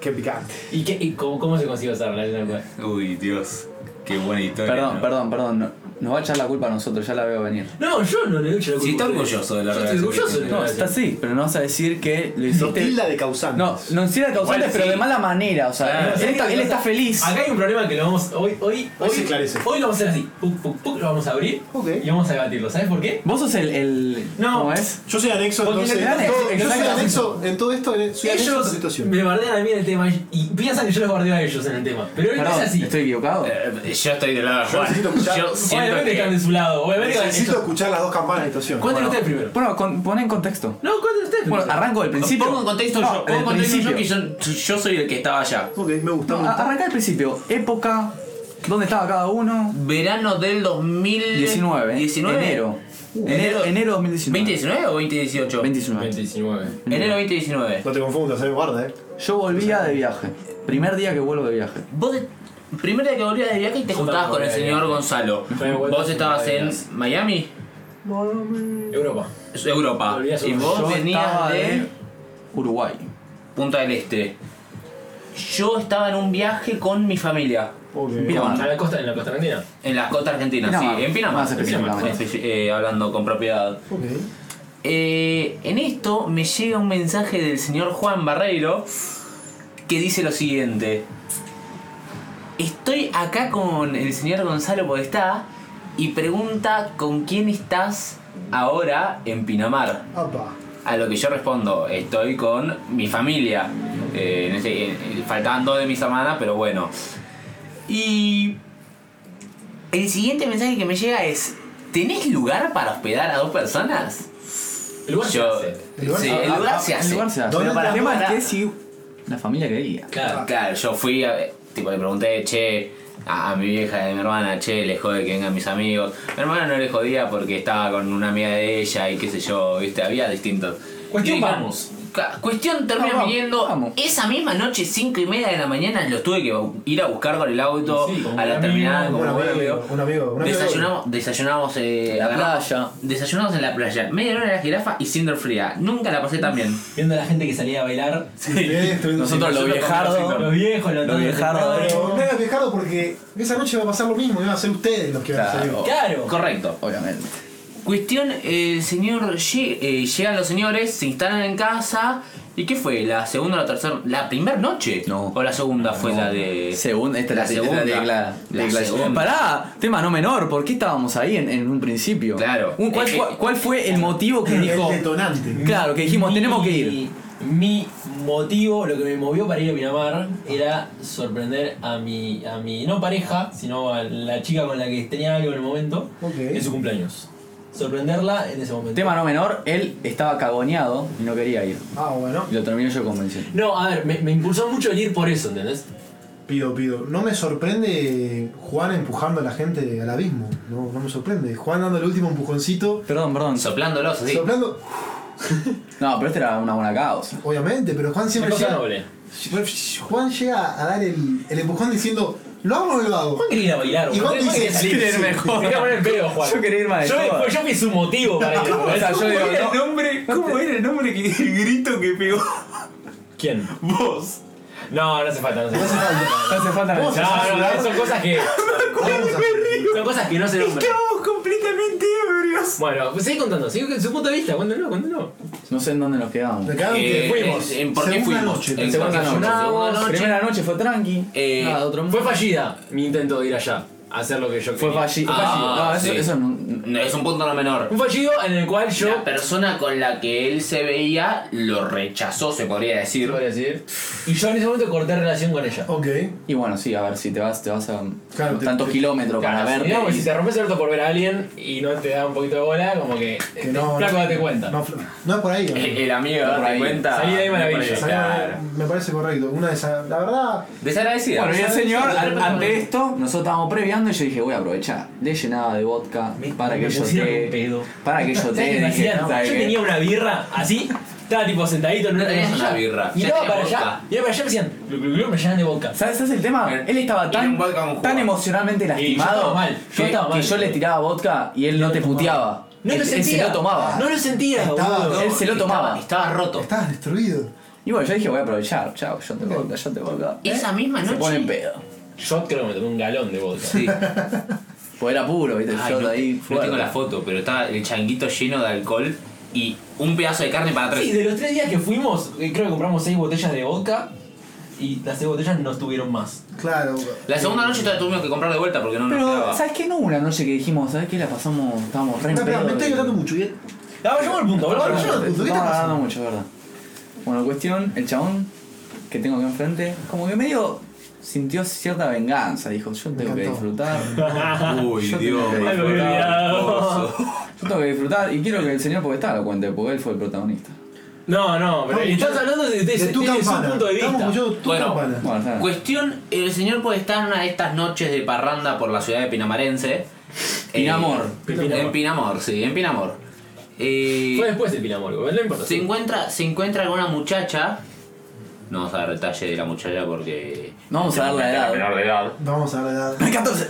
Speaker 3: Qué picante.
Speaker 4: ¿Y, qué, y cómo, cómo se consiguió esa relación
Speaker 1: Eh.
Speaker 4: actual?
Speaker 6: Uy, Dios. Qué buena historia.
Speaker 1: Perdón,
Speaker 6: ¿no?
Speaker 1: perdón, perdón. no- nos va a echar la culpa a nosotros, ya la veo venir.
Speaker 4: No, yo no le doy la culpa.
Speaker 6: Sí, está
Speaker 4: a ustedes.
Speaker 6: orgulloso de la
Speaker 4: Yo estoy
Speaker 6: relación
Speaker 4: orgulloso
Speaker 6: que
Speaker 4: de la
Speaker 1: No, está
Speaker 4: relación.
Speaker 1: así, pero no vas a decir que lo
Speaker 3: Lo tilda
Speaker 1: hiciste.
Speaker 3: de causantes.
Speaker 1: No, no encierra causantes,
Speaker 2: Igual
Speaker 1: pero
Speaker 2: sí.
Speaker 1: de mala manera. O sea,
Speaker 6: Claro.
Speaker 1: él, está, él está feliz.
Speaker 4: Acá hay un problema que lo vamos. Hoy, hoy,
Speaker 3: Hoy se esclarece.
Speaker 4: Hoy lo vamos a hacer así. Puc, puc, puc, lo vamos a abrir
Speaker 3: Ok.
Speaker 4: y vamos a debatirlo. ¿Sabes por qué?
Speaker 1: Vos sos el. el
Speaker 4: No.
Speaker 1: ¿Cómo es?
Speaker 3: Yo soy anexo,
Speaker 1: Porque
Speaker 3: entonces.
Speaker 1: le dan
Speaker 3: en todo-
Speaker 1: ex-
Speaker 3: yo soy
Speaker 1: exactamente.
Speaker 3: anexo en todo esto. en- Soy anexo a esta
Speaker 4: ellos
Speaker 3: situación.
Speaker 4: me bardean a mí en el tema y- y piensan que yo los bardeo a ellos en el tema. Pero hoy no es
Speaker 1: Perdón,
Speaker 4: así.
Speaker 1: estoy equivocado.
Speaker 2: Eh, yo estoy del lado de Juan.
Speaker 3: necesito escuchar-
Speaker 2: Yo siento
Speaker 4: Obviamente están de
Speaker 2: que.
Speaker 4: su lado. Obviamente están
Speaker 3: Necesito
Speaker 4: ellos.
Speaker 3: escuchar las dos campanas de situación.
Speaker 4: Cuéntenos ustedes primero.
Speaker 1: Bueno, con- pon en contexto.
Speaker 4: No, cuéntenos ustedes
Speaker 1: Bueno,
Speaker 4: primero.
Speaker 1: arranco del principio.
Speaker 2: Pongo en contexto
Speaker 1: No,
Speaker 2: yo.
Speaker 1: del
Speaker 2: Pongo en contexto yo que
Speaker 1: principio.
Speaker 2: yo, yo soy el que estaba allá.
Speaker 3: Ok, me gusta.
Speaker 1: No, ah, a-
Speaker 3: me gusta.
Speaker 1: arranca del principio. Época, dónde estaba cada uno.
Speaker 2: Verano del 2019.
Speaker 1: 19.
Speaker 2: 19.
Speaker 1: Enero.
Speaker 2: Uh,
Speaker 1: Enero, enero 2019.
Speaker 2: 2019 o 2018?
Speaker 1: 2019.
Speaker 4: 29.
Speaker 2: Enero 2019.
Speaker 3: No te confundas, eh, guarda, eh.
Speaker 1: Yo volvía de viaje. Primer día que vuelvo de viaje.
Speaker 2: Vos, de- primer día que volvías de viaje, te juntabas con el señor Gonzalo.
Speaker 4: Me fue vuelta
Speaker 2: Vos estabas
Speaker 4: sin
Speaker 2: en
Speaker 4: ideas.
Speaker 2: Miami,
Speaker 4: Europa.
Speaker 2: Europa.
Speaker 4: Volvías a
Speaker 2: Y
Speaker 1: Yo
Speaker 2: vos
Speaker 1: estaba
Speaker 2: venías de
Speaker 1: de Uruguay.
Speaker 2: Punta del Este. Yo estaba en un viaje con mi familia.
Speaker 3: Ok.
Speaker 1: Pinamar.
Speaker 4: A la costa, en la costa argentina.
Speaker 2: En la costa argentina,
Speaker 1: Pinamar.
Speaker 2: sí, en Pinamar.
Speaker 1: Más
Speaker 2: en Pinamar, espe- eh, hablando con propiedad.
Speaker 3: Ok.
Speaker 2: Eh, en esto me llega un mensaje del señor Juan Barreiro que dice lo siguiente.
Speaker 7: Estoy acá con el señor Gonzalo Podestá y pregunta con quién estás ahora en Pinamar.
Speaker 3: Apa.
Speaker 2: A lo que yo respondo, estoy con mi familia. Eh, en ese-
Speaker 7: este,
Speaker 2: eh, faltaban dos de mis hermanas, pero bueno.
Speaker 7: Y el siguiente mensaje que me llega es, ¿tenés lugar para hospedar a dos personas?
Speaker 8: El lugar
Speaker 7: Yo,
Speaker 8: se hace.
Speaker 3: El lugar-
Speaker 7: sí, el lugar se hace.
Speaker 1: El lugar se hace.
Speaker 3: ¿Dónde
Speaker 1: Pero para el
Speaker 3: está?
Speaker 1: tema es que si la familia quería.
Speaker 8: Claro.
Speaker 2: Claro, yo fui a,
Speaker 7: eh, Tipo, le pregunté, che, a, a mi vieja y a mi hermana, che, le jode que vengan mis amigos. Mi hermana no le jodía porque estaba con una amiga de ella y qué sé yo, viste, había distintos.
Speaker 8: Cuestión,
Speaker 7: Y dijo,
Speaker 8: vamos.
Speaker 7: ca- Cuestión termina
Speaker 1: Ah, vamos,
Speaker 7: viniendo.
Speaker 1: vamos.
Speaker 7: Esa misma noche, 5 y media de la mañana, los tuve que bu- ir a buscar con el auto
Speaker 8: Sí, con
Speaker 7: a la
Speaker 8: un
Speaker 7: terminal,
Speaker 3: Un
Speaker 7: con
Speaker 3: amigo,
Speaker 7: un amigo.
Speaker 3: un amigo, un amigo.
Speaker 7: Desayunamos, desayunamos eh,
Speaker 1: La
Speaker 7: agarramos-
Speaker 1: playa.
Speaker 7: Desayunamos en la playa. Media hora de la jirafa y Cinder Fría. Nunca la pasé tan bien.
Speaker 4: Viendo a la gente que salía a bailar.
Speaker 1: Nosotros los viejardos.
Speaker 4: Los viejos, los,
Speaker 1: Los viejardos.
Speaker 3: Pero no me hagas dejarlo porque esa noche va a pasar lo mismo y van a ser ustedes los que van a salir.
Speaker 1: Claro.
Speaker 4: Claro.
Speaker 7: Correcto.
Speaker 1: Obviamente.
Speaker 7: Cuestión, eh, el señor lle- eh, llegan los señores, se instalan en casa. ¿Y qué fue? ¿La segunda o la tercera? ¿La primera noche?
Speaker 1: No.
Speaker 7: ¿O la segunda fue Pues la de.?
Speaker 1: Segunda, esta
Speaker 7: la
Speaker 1: es la, esta
Speaker 7: segunda.
Speaker 1: es la regla-
Speaker 7: La
Speaker 1: regla-
Speaker 7: segunda.
Speaker 1: Pará, tema no menor, ¿por qué estábamos ahí en, en un principio?
Speaker 7: Claro.
Speaker 1: Un- ¿cuál,
Speaker 7: Eh,
Speaker 1: cuál- cuál fue el motivo que dijo?
Speaker 3: El detonante.
Speaker 1: Claro, que dijimos,
Speaker 4: Mi-
Speaker 1: tenemos que ir.
Speaker 4: Mi motivo, lo que me movió para ir a Pinamar era sorprender a mi, a mi no pareja, sino a la chica con la que tenía algo en el momento,
Speaker 3: Ok.
Speaker 4: en su cumpleaños. Sorprenderla en ese momento.
Speaker 1: Tema no menor, él estaba cagoneado y no quería ir.
Speaker 3: Ah, bueno.
Speaker 1: Y lo terminé yo convenciendo.
Speaker 4: No, a ver, me, me impulsó mucho el ir por eso, ¿entendés?
Speaker 3: Pido, pido. No me sorprende Juan empujando a la gente al abismo. No, no me sorprende. Juan dando el último empujoncito.
Speaker 1: Perdón, perdón.
Speaker 2: soplándolos así.
Speaker 3: Soplando.
Speaker 1: No, pero esta era una buena causa.
Speaker 3: Obviamente, pero Juan
Speaker 4: Una
Speaker 3: siempre
Speaker 4: cosa
Speaker 3: llega.
Speaker 4: noble.
Speaker 3: Juan llega a dar el, el empujón diciendo, ¿lo hago o no lo hago?
Speaker 4: Juan quería ir a bailar,
Speaker 3: Y Juan
Speaker 4: boludo.
Speaker 3: dice,
Speaker 4: quería salir.
Speaker 3: "Sí, sí".
Speaker 4: Quería poner el pedo, Juan.
Speaker 1: Yo quería ir más de
Speaker 4: Yo,
Speaker 1: joda.
Speaker 4: yo fui su motivo para ir.
Speaker 1: O sea,
Speaker 4: ¿entendés?
Speaker 1: yo digo, no,
Speaker 7: nombre, ¿Cómo era el nombre que el grito que pegó?
Speaker 4: ¿Quién?
Speaker 7: Vos.
Speaker 4: No, no hace falta, no hace falta.
Speaker 1: no hace falta
Speaker 3: Vos-
Speaker 1: mencionar.
Speaker 4: No, no, no, son cosas que.
Speaker 3: Vamos a-
Speaker 4: Son cosas que no se nombran.
Speaker 7: completamente ebrios.
Speaker 4: Bueno, pues sigue contando, sigue con su punto de vista, cuéntenlo, cuéntenlo.
Speaker 1: No sé en dónde nos quedamos.
Speaker 3: Me cago en que
Speaker 2: Eh,
Speaker 3: fuimos.
Speaker 2: en- ¿Por qué
Speaker 3: Segunda
Speaker 2: fuimos?
Speaker 3: noche.
Speaker 1: Segunda
Speaker 2: En segunda
Speaker 1: noche.
Speaker 2: segunda noche.
Speaker 1: Primera noche fue tranqui.
Speaker 2: Eh,
Speaker 1: nada de otro mundo.
Speaker 4: Fue fallida mi intento de ir allá, a hacer lo que yo
Speaker 1: Fue
Speaker 4: quería.
Speaker 1: fallido.
Speaker 2: Ah,
Speaker 1: no, eso,
Speaker 2: sí.
Speaker 1: eso no-
Speaker 2: No, es un punto no menor.
Speaker 4: Un fallido en el cual yo.
Speaker 2: La persona con la que él se veía lo rechazó, se podría decir.
Speaker 4: podría decir. Y yo en ese momento corté relación con
Speaker 1: Oh,
Speaker 4: ella.
Speaker 3: Ok.
Speaker 1: Y bueno, sí, a ver, si te vas, te vas a
Speaker 3: Claro, te-
Speaker 1: tantos
Speaker 3: te-
Speaker 1: kilómetros
Speaker 4: Claro,
Speaker 1: para verte.
Speaker 4: digamos,
Speaker 1: y-
Speaker 4: si te rompes el orto por ver a alguien y no te da un poquito de bola, como que.
Speaker 3: Que no,
Speaker 4: flaco,
Speaker 3: no-
Speaker 4: date cuenta.
Speaker 3: No, fl- no es por ahí. ¿no?
Speaker 2: El, el amigo,
Speaker 1: Por
Speaker 2: date
Speaker 1: ahí.
Speaker 2: cuenta.
Speaker 4: Salí de ahí
Speaker 2: me
Speaker 4: maravilla.
Speaker 2: parece,
Speaker 3: Esa-
Speaker 2: Eh, claro.
Speaker 3: Me parece correcto. Una de esas. La verdad.
Speaker 2: Desagradecida.
Speaker 1: Bueno, y el señor, al- ante esto, nosotros estábamos previando y yo dije, voy a aprovechar. De llenada de vodka, para que
Speaker 4: me
Speaker 1: yo
Speaker 4: pusieron
Speaker 1: te.
Speaker 4: un pedo.
Speaker 1: Para que yo
Speaker 4: ¿Sabes qué
Speaker 1: te.
Speaker 4: me
Speaker 1: dije,
Speaker 4: hacían?
Speaker 1: ¿sabes
Speaker 4: yo
Speaker 1: qué?
Speaker 4: tenía una birra así, estaba tipo sentadito en
Speaker 2: No
Speaker 4: una
Speaker 2: tenías
Speaker 4: mesa
Speaker 2: una birra,
Speaker 4: Y
Speaker 2: ya tenías
Speaker 4: miraba para
Speaker 2: vodka.
Speaker 4: allá, miraba para allá y me decían, "Glu, glu, glu", me llenan de boca.
Speaker 1: ¿Sabes, ¿Sabes el tema?
Speaker 2: Era-
Speaker 1: Él estaba
Speaker 2: era
Speaker 1: tan,
Speaker 2: un vodka con jugo.
Speaker 1: tan emocionalmente
Speaker 4: yo
Speaker 1: lastimado
Speaker 4: estaba mal, yo
Speaker 1: que,
Speaker 4: estaba
Speaker 1: que
Speaker 4: mal.
Speaker 1: yo le tiraba vodka y él no te puteaba.
Speaker 4: No
Speaker 1: él,
Speaker 4: lo
Speaker 1: él
Speaker 4: sentía.
Speaker 1: se lo tomaba.
Speaker 4: No lo sentía,
Speaker 3: Estaba-
Speaker 4: boludo.
Speaker 1: él se lo tomaba.
Speaker 2: Estaba roto.
Speaker 3: Estás destruido.
Speaker 1: Y bueno, yo dije, voy a aprovechar. Chao, yo te vodka, yo te vodka.
Speaker 7: Esa misma
Speaker 1: ¿Eh? Se
Speaker 7: noche.
Speaker 1: pone en pedo.
Speaker 4: Yo creo que me tomé un galón de vodka.
Speaker 7: Sí.
Speaker 1: Pues era puro, viste, el
Speaker 2: Ay,
Speaker 1: shot
Speaker 2: no,
Speaker 1: ahí.
Speaker 2: te- no
Speaker 1: fuerte.
Speaker 2: tengo la foto, pero estaba el changuito lleno de alcohol y un pedazo de carne para tres.
Speaker 4: Sí, de los tres días que fuimos, eh, creo que compramos seis botellas de vodka y las seis botellas no estuvieron más.
Speaker 3: Claro.
Speaker 2: La segunda noche todavía tuvimos que comprar de vuelta porque no nos
Speaker 1: Pero,
Speaker 2: quedaba.
Speaker 1: ¿sabes qué? No hubo una noche que dijimos, ¿sabes qué? La pasamos, estábamos re en
Speaker 3: Espera, espera,
Speaker 1: pedo.
Speaker 3: me estoy llorando mucho. ¿eh?
Speaker 4: Ah, vayamos al punto, boludo.
Speaker 3: Pero yo no-
Speaker 4: vayamos al
Speaker 3: ¿qué te
Speaker 1: Estamos
Speaker 3: pasa?
Speaker 1: hablando mucho, es verdad. Bueno, cuestión, el chabón que tengo aquí enfrente, como que medio sintió cierta venganza. Dijo, yo tengo que
Speaker 3: encantó.
Speaker 1: disfrutar.
Speaker 7: Uy,
Speaker 1: Yo
Speaker 7: Dios.
Speaker 1: tengo que
Speaker 4: Algo que
Speaker 1: disfrutar.
Speaker 4: olvidado.
Speaker 1: Yo tengo que disfrutar y quiero que el señor Podestá lo cuente, porque él fue el protagonista.
Speaker 4: No, no,
Speaker 3: Estamos
Speaker 4: pero estás
Speaker 3: escuchando-
Speaker 4: hablando de, de,
Speaker 3: De
Speaker 4: de-
Speaker 3: tu
Speaker 4: de su
Speaker 3: campana.
Speaker 4: punto de
Speaker 3: Estamos
Speaker 4: vista.
Speaker 3: escuchando tu
Speaker 2: Bueno,
Speaker 3: campana.
Speaker 1: Bueno, está bien.
Speaker 2: Cuestión, el señor puede estar en una de estas noches de parranda por la ciudad de Pinamarense.
Speaker 1: Pinamor.
Speaker 2: Eh,
Speaker 4: Pinamor.
Speaker 2: En Pinamor, sí, en Pinamor. Eh,
Speaker 4: Fue después el Pinamor, boludo, no importa.
Speaker 2: se encuentra, se encuentra con una muchacha. No vamos a dar detalle de la muchacha porque.
Speaker 1: No vamos a dar la
Speaker 2: Era
Speaker 1: edad.
Speaker 2: menor de edad.
Speaker 3: Vamos a hablar.
Speaker 1: 14.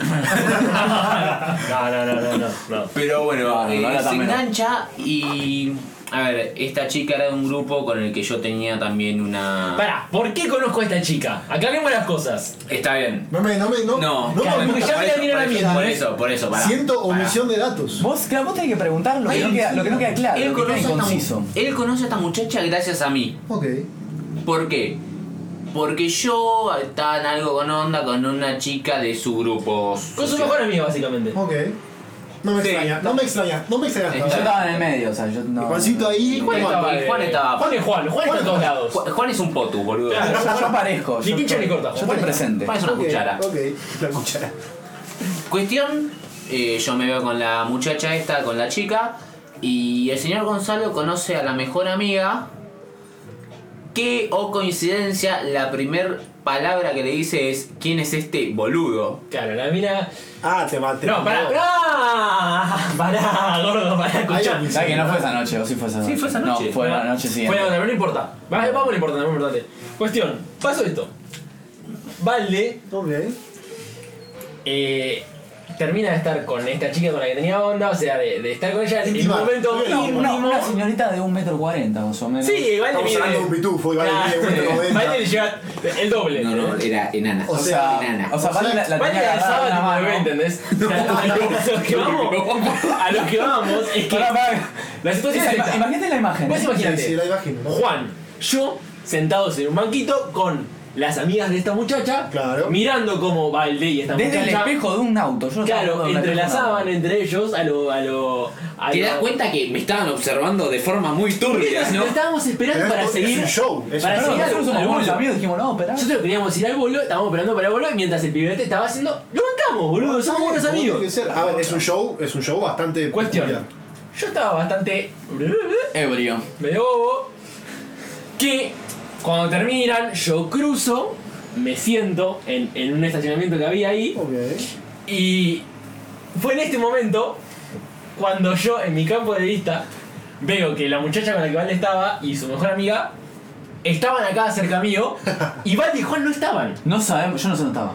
Speaker 4: No, no, no, no, no. no.
Speaker 2: Pero bueno,
Speaker 1: Claro,
Speaker 2: eh,
Speaker 1: no era
Speaker 2: se
Speaker 1: tan menor.
Speaker 2: engancha y. A ver, esta chica era de un grupo con el que yo tenía también una.
Speaker 4: Pará, ¿por qué conozco a esta chica? Aclaremos las cosas.
Speaker 2: Está bien.
Speaker 3: No me, no me, no.
Speaker 2: No,
Speaker 3: no,
Speaker 4: claro,
Speaker 3: no,
Speaker 4: porque ya me la
Speaker 2: por,
Speaker 4: dieron a
Speaker 2: eso,
Speaker 4: mí,
Speaker 2: por
Speaker 4: ¿no?
Speaker 2: eso, por eso, pará.
Speaker 3: Siento
Speaker 2: pará.
Speaker 3: omisión de datos.
Speaker 1: Vos, claro, vos tenés que preguntar lo que no queda, lo que no queda claro,
Speaker 2: Él
Speaker 1: lo que queda
Speaker 2: conoce, a esta,
Speaker 1: inconciso.
Speaker 2: mu- él conoce a esta muchacha gracias a mí.
Speaker 3: Ok.
Speaker 2: ¿Por qué?
Speaker 6: Porque yo estaba en algo con onda con una chica de su grupo.
Speaker 9: Con su
Speaker 6: social.
Speaker 9: mejor amigo, básicamente.
Speaker 3: Ok. No me
Speaker 6: Sí.
Speaker 3: extraña, no me extraña, no me extraña.
Speaker 1: Yo estaba en el medio, o sea, yo no.
Speaker 3: Y Juancito ahí,
Speaker 6: Juan
Speaker 3: ¿cómo anda?
Speaker 6: estaba, Juan estaba.
Speaker 4: eh, Juan es Juan, Juan está en todos lados.
Speaker 6: Ju- Juan es un potus, boludo.
Speaker 1: Yo, yo- yo aparezco.
Speaker 4: Ni
Speaker 1: yo
Speaker 4: pincha
Speaker 1: estoy-
Speaker 4: ni corta,
Speaker 1: Yo estoy presente.
Speaker 6: Juan es una
Speaker 3: Ok,
Speaker 6: cuchara.
Speaker 3: Ok, la cuchara.
Speaker 6: Cuestión, eh, yo me veo con la muchacha esta, con la chica, y el señor Gonzalo conoce a la mejor amiga, que, o coincidencia, la primer palabra que le dice es, ¿quién es este boludo?
Speaker 4: Claro, la mina.
Speaker 3: Ah, te maté.
Speaker 4: No, pará, pará, pará, gordo, pará, escuchá.
Speaker 3: Ahí
Speaker 1: ¿Sabes que no fue esa noche? ¿O sí fue esa noche?
Speaker 6: Sí, fue esa noche.
Speaker 1: No, fue la noche
Speaker 4: Fue la
Speaker 1: siguiente.
Speaker 4: otra, pero no importa. Va- Vamos a lo importante, vamos a lo importante. Cuestión, pasó esto. Valde
Speaker 3: Ok.
Speaker 4: eh, termina de estar con esta chica con la que tenía onda, o sea, de, de estar con ella en un
Speaker 3: Íntima.
Speaker 4: momento
Speaker 3: Sí, no,
Speaker 4: íntimo.
Speaker 1: Una, una señorita de un metro cuarenta más o menos.
Speaker 4: Sí, Valde
Speaker 3: Estamos hablando de un
Speaker 4: mide.
Speaker 3: pitufo, y vale,
Speaker 4: Claro,
Speaker 3: mide 1,90.
Speaker 4: Valde le llega el doble.
Speaker 2: No, no, era enana.
Speaker 3: O
Speaker 1: O sea,
Speaker 2: enana.
Speaker 1: o sea,
Speaker 3: O sea,
Speaker 1: Vale la, la
Speaker 4: Valde
Speaker 1: tenía agarrada
Speaker 4: alzaba
Speaker 1: de una
Speaker 4: tipo
Speaker 1: mano.
Speaker 4: bebé, ¿entendés? O sea, a lo que vamos, a lo que vamos es que
Speaker 1: Pará, pará.
Speaker 4: la situación
Speaker 1: Esa
Speaker 4: es
Speaker 1: ima-
Speaker 4: esta.
Speaker 1: Imagínate la imagen.
Speaker 4: Vos imaginate,
Speaker 3: Sí, sí, la imagino.
Speaker 4: Juan, yo, sentados en un banquito con las amigas de esta muchacha,
Speaker 3: Claro.
Speaker 4: mirando cómo Valde y esta
Speaker 1: Desde el
Speaker 4: muchacha.
Speaker 1: espejo de un auto. Yo
Speaker 4: Claro, entrelazaban
Speaker 1: entrelazaban
Speaker 4: entre ellos a lo. a lo. a
Speaker 2: Te
Speaker 4: lo-
Speaker 2: das cuenta que me estaban observando de forma muy turbia,
Speaker 4: Mientras
Speaker 2: ¿no?
Speaker 4: lo estábamos esperando
Speaker 3: Pero es-
Speaker 4: para
Speaker 3: es
Speaker 4: seguir.
Speaker 3: un show, es
Speaker 4: para
Speaker 3: un show.
Speaker 4: seguir al-
Speaker 1: Nosotros somos
Speaker 4: al
Speaker 1: buenos
Speaker 4: bolo.
Speaker 1: amigos, dijimos, no, esperá.
Speaker 4: Nosotros queríamos ir al bolo, estábamos esperando para el bolo, mientras el pibete estaba haciendo. ¡Lo bancamos, boludo! Somos buenos
Speaker 3: Como tiene que
Speaker 4: amigos.
Speaker 3: ser. A ver, es un show, es un show bastante.
Speaker 4: Cuestión.
Speaker 3: peculiar.
Speaker 4: Yo estaba bastante.
Speaker 1: Ebrio.
Speaker 4: medio bobo, que cuando terminan, yo cruzo, me siento en, en un estacionamiento que había ahí,
Speaker 3: Ok.
Speaker 4: y fue en este momento cuando yo, en mi campo de vista, veo que la muchacha con la que Val estaba y su mejor amiga estaban acá cerca mío, y Val y Juan no estaban.
Speaker 1: No sabemos, yo no sé dónde estaba.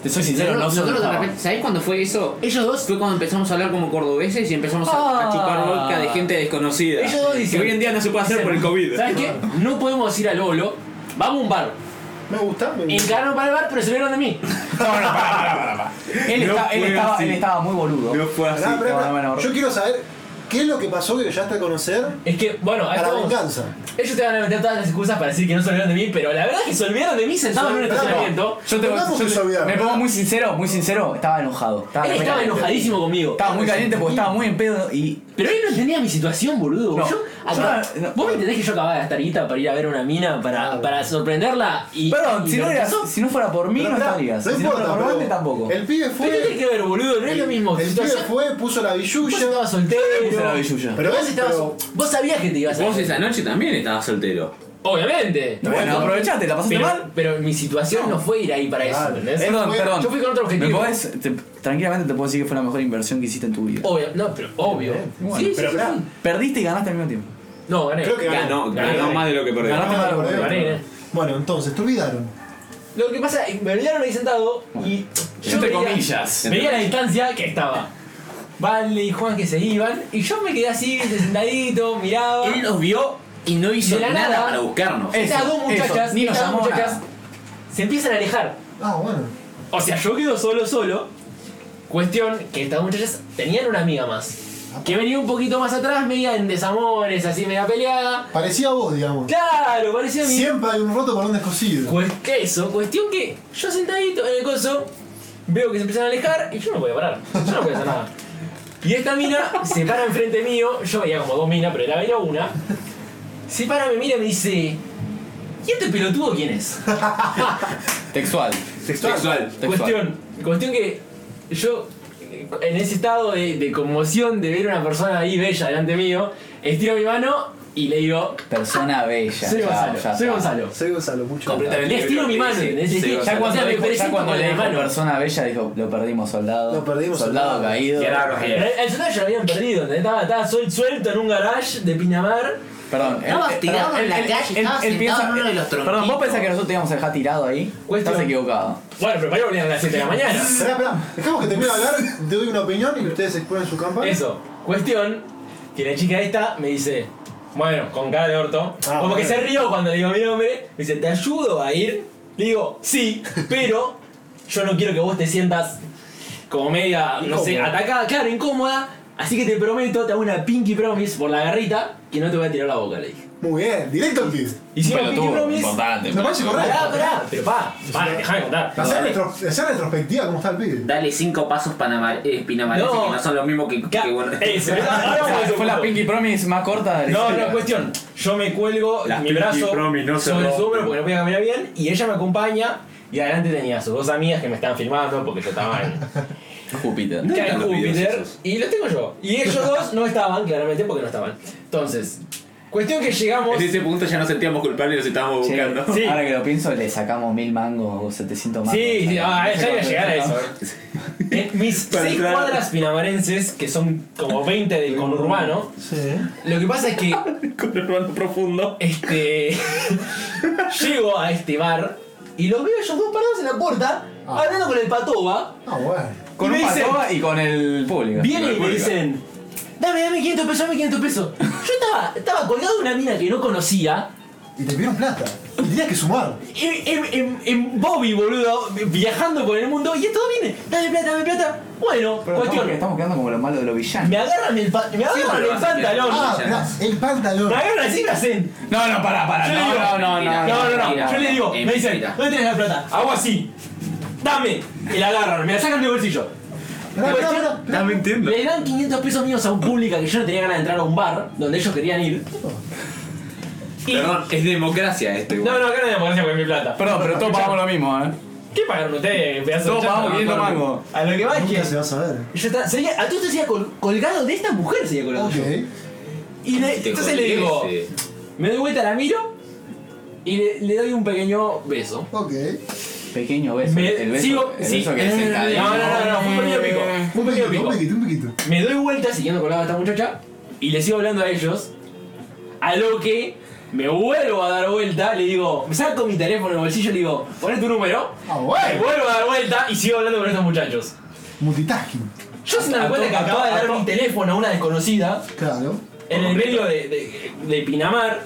Speaker 1: Te soy sincero, no
Speaker 2: Nosotros-
Speaker 1: sé dónde
Speaker 2: nosotros de
Speaker 1: estaba.
Speaker 2: repente, ¿sabés cuándo fue eso? Ellos dos fue cuando empezamos a hablar como cordobeses y empezamos a, a chupar vodka de gente desconocida.
Speaker 4: Ellos dos dicen-
Speaker 2: que hoy en día no se puede hacer por el COVID.
Speaker 4: ¿Sabes qué? No podemos ir al bolo, vamos a un bar.
Speaker 3: Me gusta, me gusta.
Speaker 4: Encararon para el bar, pero se vieron de mí.
Speaker 1: Él,
Speaker 2: No
Speaker 1: está- él
Speaker 2: fue
Speaker 1: estaba,
Speaker 2: así.
Speaker 1: él estaba muy boludo.
Speaker 2: No fue así.
Speaker 3: Pará, pará,
Speaker 1: estaba
Speaker 3: pará.
Speaker 1: bueno, bueno.
Speaker 3: Yo quiero saber qué es lo que pasó que lo llegaste a conocer
Speaker 4: Es que, bueno, ahí
Speaker 3: para la
Speaker 4: estamos.
Speaker 3: venganza.
Speaker 4: Ellos te van a meter todas las excusas para decir que no se olvidaron de mí, pero la verdad es que se olvidaron de mí sentados en un estacionamiento.
Speaker 1: Yo te
Speaker 3: Pongamos que se
Speaker 1: yo
Speaker 3: olvidaron.
Speaker 1: me pongo muy sincero, muy sincero, estaba enojado. Estaba,
Speaker 4: Él
Speaker 1: muy
Speaker 4: estaba
Speaker 1: caliente.
Speaker 4: enojadísimo conmigo.
Speaker 1: Estaba muy caliente porque estaba muy en pedo y
Speaker 4: Pero él no entendía mi situación, boludo.
Speaker 1: No.
Speaker 4: Yo, acá-
Speaker 1: Yo no- no.
Speaker 4: ¿Vos me entendés que yo acababa de gastar guita para ir a ver a una mina para, para sorprenderla y.
Speaker 1: Perdón,
Speaker 4: y
Speaker 1: si
Speaker 4: lo
Speaker 1: no,
Speaker 4: que
Speaker 1: eras-
Speaker 4: pasó?
Speaker 1: si no fuera por mí
Speaker 3: Pero
Speaker 1: no
Speaker 3: pará,
Speaker 1: estarías.
Speaker 3: No
Speaker 1: si no fuera
Speaker 3: importa,
Speaker 1: por
Speaker 3: pero
Speaker 1: Vante tampoco.
Speaker 3: El pibe
Speaker 4: ¿Pero qué tiene
Speaker 3: fue.
Speaker 4: que ver, boludo? No es lo mismo. Pues,
Speaker 3: El pibe
Speaker 4: situación-
Speaker 3: fue, puso la
Speaker 4: Vos estabas
Speaker 3: billulla.
Speaker 4: soltero.
Speaker 1: Puse la billulla.
Speaker 3: Pero
Speaker 4: vos,
Speaker 3: él
Speaker 4: estabas-
Speaker 3: pero-
Speaker 4: vos sabías que te ibas a.
Speaker 2: Vos esa noche también estabas soltero.
Speaker 4: Obviamente.
Speaker 1: Bueno, aprovechate, ¿la pasaste
Speaker 4: Pero,
Speaker 1: mal?
Speaker 4: pero mi situación no. fue ir ahí para eso,
Speaker 3: Claro.
Speaker 4: ¿entendés?
Speaker 3: Eh,
Speaker 1: Perdón,
Speaker 3: fue-
Speaker 1: perdón.
Speaker 4: yo fui con otro objetivo.
Speaker 1: ¿Me podés- te- tranquilamente te puedo decir que fue la mejor inversión que hiciste en tu vida.
Speaker 4: Obvio, no, pero obvio.
Speaker 3: Bueno,
Speaker 4: Sí, sí,
Speaker 3: pero
Speaker 4: sí,
Speaker 3: pará.
Speaker 4: sí.
Speaker 1: Perdiste y ganaste al mismo tiempo.
Speaker 4: Ah, No, gané.
Speaker 3: Creo que
Speaker 2: Ganó,
Speaker 3: ganó.
Speaker 4: Gané,
Speaker 2: ganó
Speaker 4: gané.
Speaker 2: más de lo que perdió.
Speaker 1: Ganaste más de lo que
Speaker 3: Ganó.
Speaker 4: perdí, eh.
Speaker 3: Bueno, entonces, te olvidaron.
Speaker 4: Lo que pasa es que me olvidaron ahí sentado y yo
Speaker 1: Entre
Speaker 4: veía-
Speaker 1: comillas.
Speaker 4: veía la distancia que estaba. Vale y Juan que se iban y yo me quedé así, sentadito, miraba.
Speaker 2: Él nos vio y no hizo
Speaker 4: De la
Speaker 2: nada,
Speaker 4: nada.
Speaker 2: para buscarnos.
Speaker 1: Eh,
Speaker 4: Estas
Speaker 1: eso,
Speaker 4: dos muchachas,
Speaker 1: eso, ni nos
Speaker 4: estas dos
Speaker 1: llamó
Speaker 4: muchachas
Speaker 1: nada.
Speaker 4: se empiezan a alejar.
Speaker 3: Ah, bueno.
Speaker 4: O sea, yo quedo solo, solo. Cuestión que estas muchachas tenían una amiga más. Que venía un poquito más atrás, media en desamores, así media peleada.
Speaker 3: Parecía a vos, digamos.
Speaker 4: Claro, parecía a mí.
Speaker 3: Siempre hay un roto para un descosido.
Speaker 4: Pues que eso, cuestión que yo sentadito en el coso, veo que se empiezan a alejar y yo no podía parar, yo no podía hacer nada. Y esta mina se para enfrente mío, yo veía como dos minas, pero era veía una. Se para, me mira y me dice, ¿y este pelotudo quién es?
Speaker 1: Textual.
Speaker 3: Sexual.
Speaker 4: Cuestión, cuestión que yo, en ese estado de, de conmoción de ver a una persona ahí bella delante mío, estiro mi mano y le digo,
Speaker 1: Persona bella.
Speaker 4: soy
Speaker 1: ya,
Speaker 4: Gonzalo,
Speaker 1: ya
Speaker 4: soy
Speaker 1: está.
Speaker 4: Gonzalo.
Speaker 3: Soy Gonzalo, mucho.
Speaker 2: Completamente.
Speaker 4: Le estiro mi mano, ¿entendés?
Speaker 2: Sí,
Speaker 4: Le estiro-
Speaker 2: Gonzalo.
Speaker 1: Ya
Speaker 4: o
Speaker 1: cuando,
Speaker 4: sea, me
Speaker 1: dijo, ya
Speaker 4: presento
Speaker 1: cuando
Speaker 4: con
Speaker 1: le
Speaker 4: la
Speaker 1: dijo
Speaker 4: mano.
Speaker 1: persona bella, dijo, lo perdimos soldado.
Speaker 3: Lo perdimos,
Speaker 1: soldado.
Speaker 3: soldado.
Speaker 1: caído.
Speaker 2: Qué raro que
Speaker 4: Pero
Speaker 2: era.
Speaker 4: el el soldado ya lo habían perdido, ¿entendés? estaba, estaba sol- suelto en un garage de Pinamar.
Speaker 1: Perdón.
Speaker 6: Estabas
Speaker 1: él-
Speaker 6: tirado
Speaker 1: perdón,
Speaker 6: en la
Speaker 1: él-
Speaker 6: calle,
Speaker 1: él-
Speaker 6: estabas
Speaker 1: él
Speaker 6: sentado
Speaker 1: piensa-
Speaker 6: en uno de los
Speaker 1: Perdón, vos
Speaker 6: tronquitos.
Speaker 1: pensás que nosotros te íbamos a dejar tirado ahí.
Speaker 4: Cuestión.
Speaker 1: Estás equivocado.
Speaker 4: Bueno, pero para volvían a las 7 de la mañana.
Speaker 3: Esperá, esperá. Dejamos que termine de hablar, te doy una opinión y que ustedes exponen su campaña.
Speaker 4: Eso, cuestión que la chica esta me dice, bueno, con cara de orto,
Speaker 3: Ah,
Speaker 4: como que
Speaker 3: bueno.
Speaker 4: se rió cuando le digo mi nombre, me dice, ¿te ayudo a ir? Le digo, sí, pero yo no quiero que vos te sientas como media, no sé,
Speaker 3: Incómoda.
Speaker 4: atacada, claro, incómoda, así que te prometo, te hago una pinky promise por la garrita que no te voy a tirar la boca, le dije.
Speaker 3: Muy bien, directo al pit.
Speaker 4: Hicimos Pinky
Speaker 2: Pelotudo,
Speaker 4: Promise.
Speaker 2: importante.
Speaker 3: Me parece
Speaker 4: Pará,
Speaker 3: correcto.
Speaker 4: pará, pero pa, pa, dejame contar.
Speaker 3: Hacer, retro- hacer retrospectiva, ¿cómo está el pit?
Speaker 6: Dale cinco pasos panamar- eh, pinamarenses
Speaker 4: No. Eh,
Speaker 6: que no son los mismos que, que bueno.
Speaker 4: Ey, se me- ahora vamos al
Speaker 1: Fue la
Speaker 4: segundo.
Speaker 1: Pinky Promise más corta de la
Speaker 4: No,
Speaker 1: historia.
Speaker 4: no, cuestión. Yo me cuelgo
Speaker 5: Las
Speaker 4: mi
Speaker 5: Pinky
Speaker 4: brazo
Speaker 5: Promise no se
Speaker 4: sobre su
Speaker 5: rompen.
Speaker 4: hombro porque no podía caminar bien y ella me acompaña y adelante tenía a sus dos amigas que me estaban filmando porque yo estaba en,
Speaker 1: Júpiter.
Speaker 4: que era
Speaker 5: están
Speaker 4: en
Speaker 5: los videos
Speaker 4: Júpiter
Speaker 5: esos?
Speaker 4: y los tengo yo. Y ellos dos no estaban, claramente, porque no estaban. Entonces, cuestión que llegamos...
Speaker 2: En ese punto ya no sentíamos culpables y los estábamos
Speaker 1: Che,
Speaker 2: buscando.
Speaker 4: Sí.
Speaker 1: Ahora que lo pienso, le sacamos mil mangos o 700 mangos.
Speaker 4: Sí, sí, ah, ya iba a
Speaker 1: No sé
Speaker 4: llegar a
Speaker 1: cuánto
Speaker 4: eso. En mis
Speaker 5: Para
Speaker 4: seis
Speaker 5: entrar.
Speaker 4: cuadras pinamarenses, que son como 20 del conurbano, lo que pasa es que
Speaker 5: Con el urbano profundo.
Speaker 4: este llego a este bar y los veo ellos dos parados en la puerta hablando con el patoba.
Speaker 3: Ah, bueno.
Speaker 1: Ah. Con
Speaker 4: Y
Speaker 1: un
Speaker 4: me dicen-
Speaker 1: patoba y con el público.
Speaker 4: Vienen y me
Speaker 5: República.
Speaker 4: dicen, dame, dame 500 pesos, dame 500 pesos. Yo estaba, estaba colgado de una mina que no conocía.
Speaker 3: Y te pidieron plata. Y tenías que sumar.
Speaker 4: En, en- en- en Bobby, boludo, viajando por el mundo, y esto viene, dame plata, dame plata. Bueno,
Speaker 1: Pero estamos,
Speaker 4: cuestión,
Speaker 1: estamos quedando como los malos de los villanos.
Speaker 4: me agarran el, pa- me agarran
Speaker 6: lo
Speaker 4: el
Speaker 6: vas a hacer.
Speaker 4: pantalón.
Speaker 3: Ah,
Speaker 6: ya
Speaker 3: mirá, el pantalón.
Speaker 4: Me agarran así y me hacen.
Speaker 1: No, no, pará, pará.
Speaker 4: Yo le digo,
Speaker 1: No, no, no,
Speaker 6: mentira.
Speaker 1: no.
Speaker 4: No, no, no.
Speaker 6: Mentira,
Speaker 4: Yo le digo,
Speaker 6: es
Speaker 4: me dicen,
Speaker 6: mentira.
Speaker 4: ¿dónde tenés la plata? Hago así. Dame. Y la agarran, me la sacan de bolsillo.
Speaker 3: Mirá, mirá, mirá.
Speaker 5: Estás mintiendo.
Speaker 4: Le dan 500 pesos míos a un pública que yo no tenía ganas de entrar a un bar donde ellos querían ir. Y-
Speaker 2: Perdón, es democracia esto igual.
Speaker 4: No, no, acá no hay democracia con mi plata.
Speaker 1: Perdón, pero todos pagamos lo mismo, ¿eh?
Speaker 4: ¿Qué pagaron ustedes? pedazo de
Speaker 1: Todos
Speaker 4: chanta?
Speaker 1: pagamos 500 mangos.
Speaker 4: A lo que va es
Speaker 3: Nunca
Speaker 4: que.
Speaker 3: se va a saber.
Speaker 4: Yo estaba, seguía- a todo esto seguía col- colgado de esta mujer, seguía colgado.
Speaker 3: Ok.
Speaker 4: yo. Y le-
Speaker 2: Si te
Speaker 4: entonces le digo,
Speaker 2: jodiese.
Speaker 4: me doy vuelta, la miro y le, le doy un pequeño beso.
Speaker 3: Ok.
Speaker 1: Pequeño beso.
Speaker 4: Me-
Speaker 1: el beso,
Speaker 4: sigo-
Speaker 1: el
Speaker 4: sí.
Speaker 1: beso que
Speaker 4: Eh,
Speaker 1: desencadena.
Speaker 4: No, no, no, no, fue un pequeño pico. Fue
Speaker 3: Un
Speaker 4: un pequeño
Speaker 3: piquito,
Speaker 4: pico.
Speaker 3: un piquito, un piquito.
Speaker 4: Me doy vuelta siguiendo colgado a esta muchacha y le sigo hablando a ellos. A lo que me vuelvo a dar vuelta, le digo, me saco mi teléfono del bolsillo y le digo, poné tu número.
Speaker 3: Ah,
Speaker 4: Me
Speaker 3: bueno.
Speaker 4: vuelvo a dar vuelta y sigo hablando con estos muchachos.
Speaker 3: Multitasking.
Speaker 4: Yo se me da cuenta que acaba de dar mi teléfono a una desconocida
Speaker 3: Claro.
Speaker 4: en el medio de, de- de Pinamar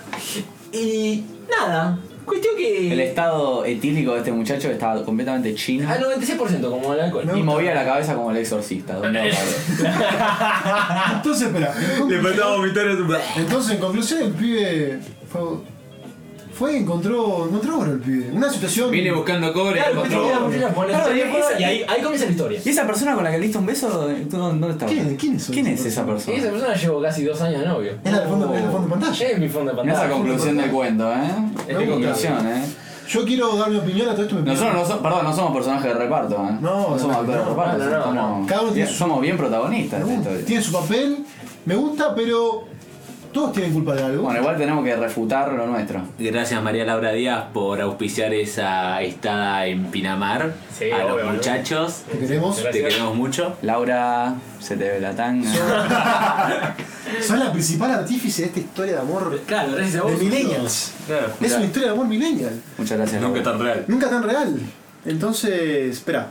Speaker 4: y nada. Cuestión
Speaker 1: El
Speaker 4: que.
Speaker 1: estado etílico de este muchacho estaba completamente chino
Speaker 4: Al 96% como el alcohol.
Speaker 1: y movía la cabeza como el exorcista. ¿dónde va a parar?
Speaker 3: Ah, Entonces, espera.
Speaker 5: Le faltaba vomitar en su.
Speaker 3: Entonces, en conclusión, el pibe fue. Fue y encontró. Encontró oro el pibe. Una situación.
Speaker 2: Viene buscando cobre.
Speaker 4: Claro,
Speaker 2: encontró
Speaker 4: cuestión que la
Speaker 2: oro.
Speaker 4: muchacha pone el
Speaker 1: Claro,
Speaker 4: teléfono
Speaker 1: esa-
Speaker 4: y ahí, ahí comienza la historia.
Speaker 1: ¿Y esa persona con la que le diste un beso? ¿Tú dónde dónde estabas?
Speaker 3: ¿Quién- quién es
Speaker 1: esa
Speaker 3: esa
Speaker 4: Y esa
Speaker 1: persona?
Speaker 4: persona llevo casi dos años de novio.
Speaker 3: Era el fondo, era el fondo de
Speaker 4: Ya
Speaker 3: pantalla.
Speaker 4: es mi fondo de
Speaker 1: Mirá
Speaker 4: pantalla.
Speaker 1: esa conclusión del cuento, ¿eh?
Speaker 4: Es
Speaker 1: Qué
Speaker 4: mi
Speaker 1: conclusión, ¿eh?
Speaker 3: Yo quiero dar mi opinión a todo esto. me pidieron-
Speaker 1: Nosotros no somos, perdón, no somos personajes de reparto, ¿eh?
Speaker 3: No,
Speaker 1: somos
Speaker 3: no,
Speaker 1: actores de
Speaker 3: no,
Speaker 1: reparto,
Speaker 4: no, no,
Speaker 1: somos,
Speaker 4: no.
Speaker 3: Cada uno tiene su-
Speaker 1: somos bien protagonistas de esta historia.
Speaker 3: Tiene su papel, me gusta, pero todos tienen culpa de algo.
Speaker 1: Bueno, igual tenemos que refutar lo nuestro.
Speaker 6: Gracias María Laura Díaz por auspiciar esa estada en Pinamar
Speaker 4: Sí,
Speaker 6: a
Speaker 4: obvio,
Speaker 6: los
Speaker 4: obvio.
Speaker 6: muchachos.
Speaker 3: Te queremos.
Speaker 6: Te queremos mucho.
Speaker 1: Laura, se te ve la tanga.
Speaker 3: Son la principal artífice de esta historia de amor
Speaker 4: Claro, gracias a
Speaker 3: de
Speaker 4: vos.
Speaker 3: millennials.
Speaker 6: Claro.
Speaker 3: Es una historia de amor millennial,
Speaker 1: Muchas gracias.
Speaker 2: Nunca
Speaker 1: Laura.
Speaker 2: tan real.
Speaker 3: nunca tan real. Entonces, espera,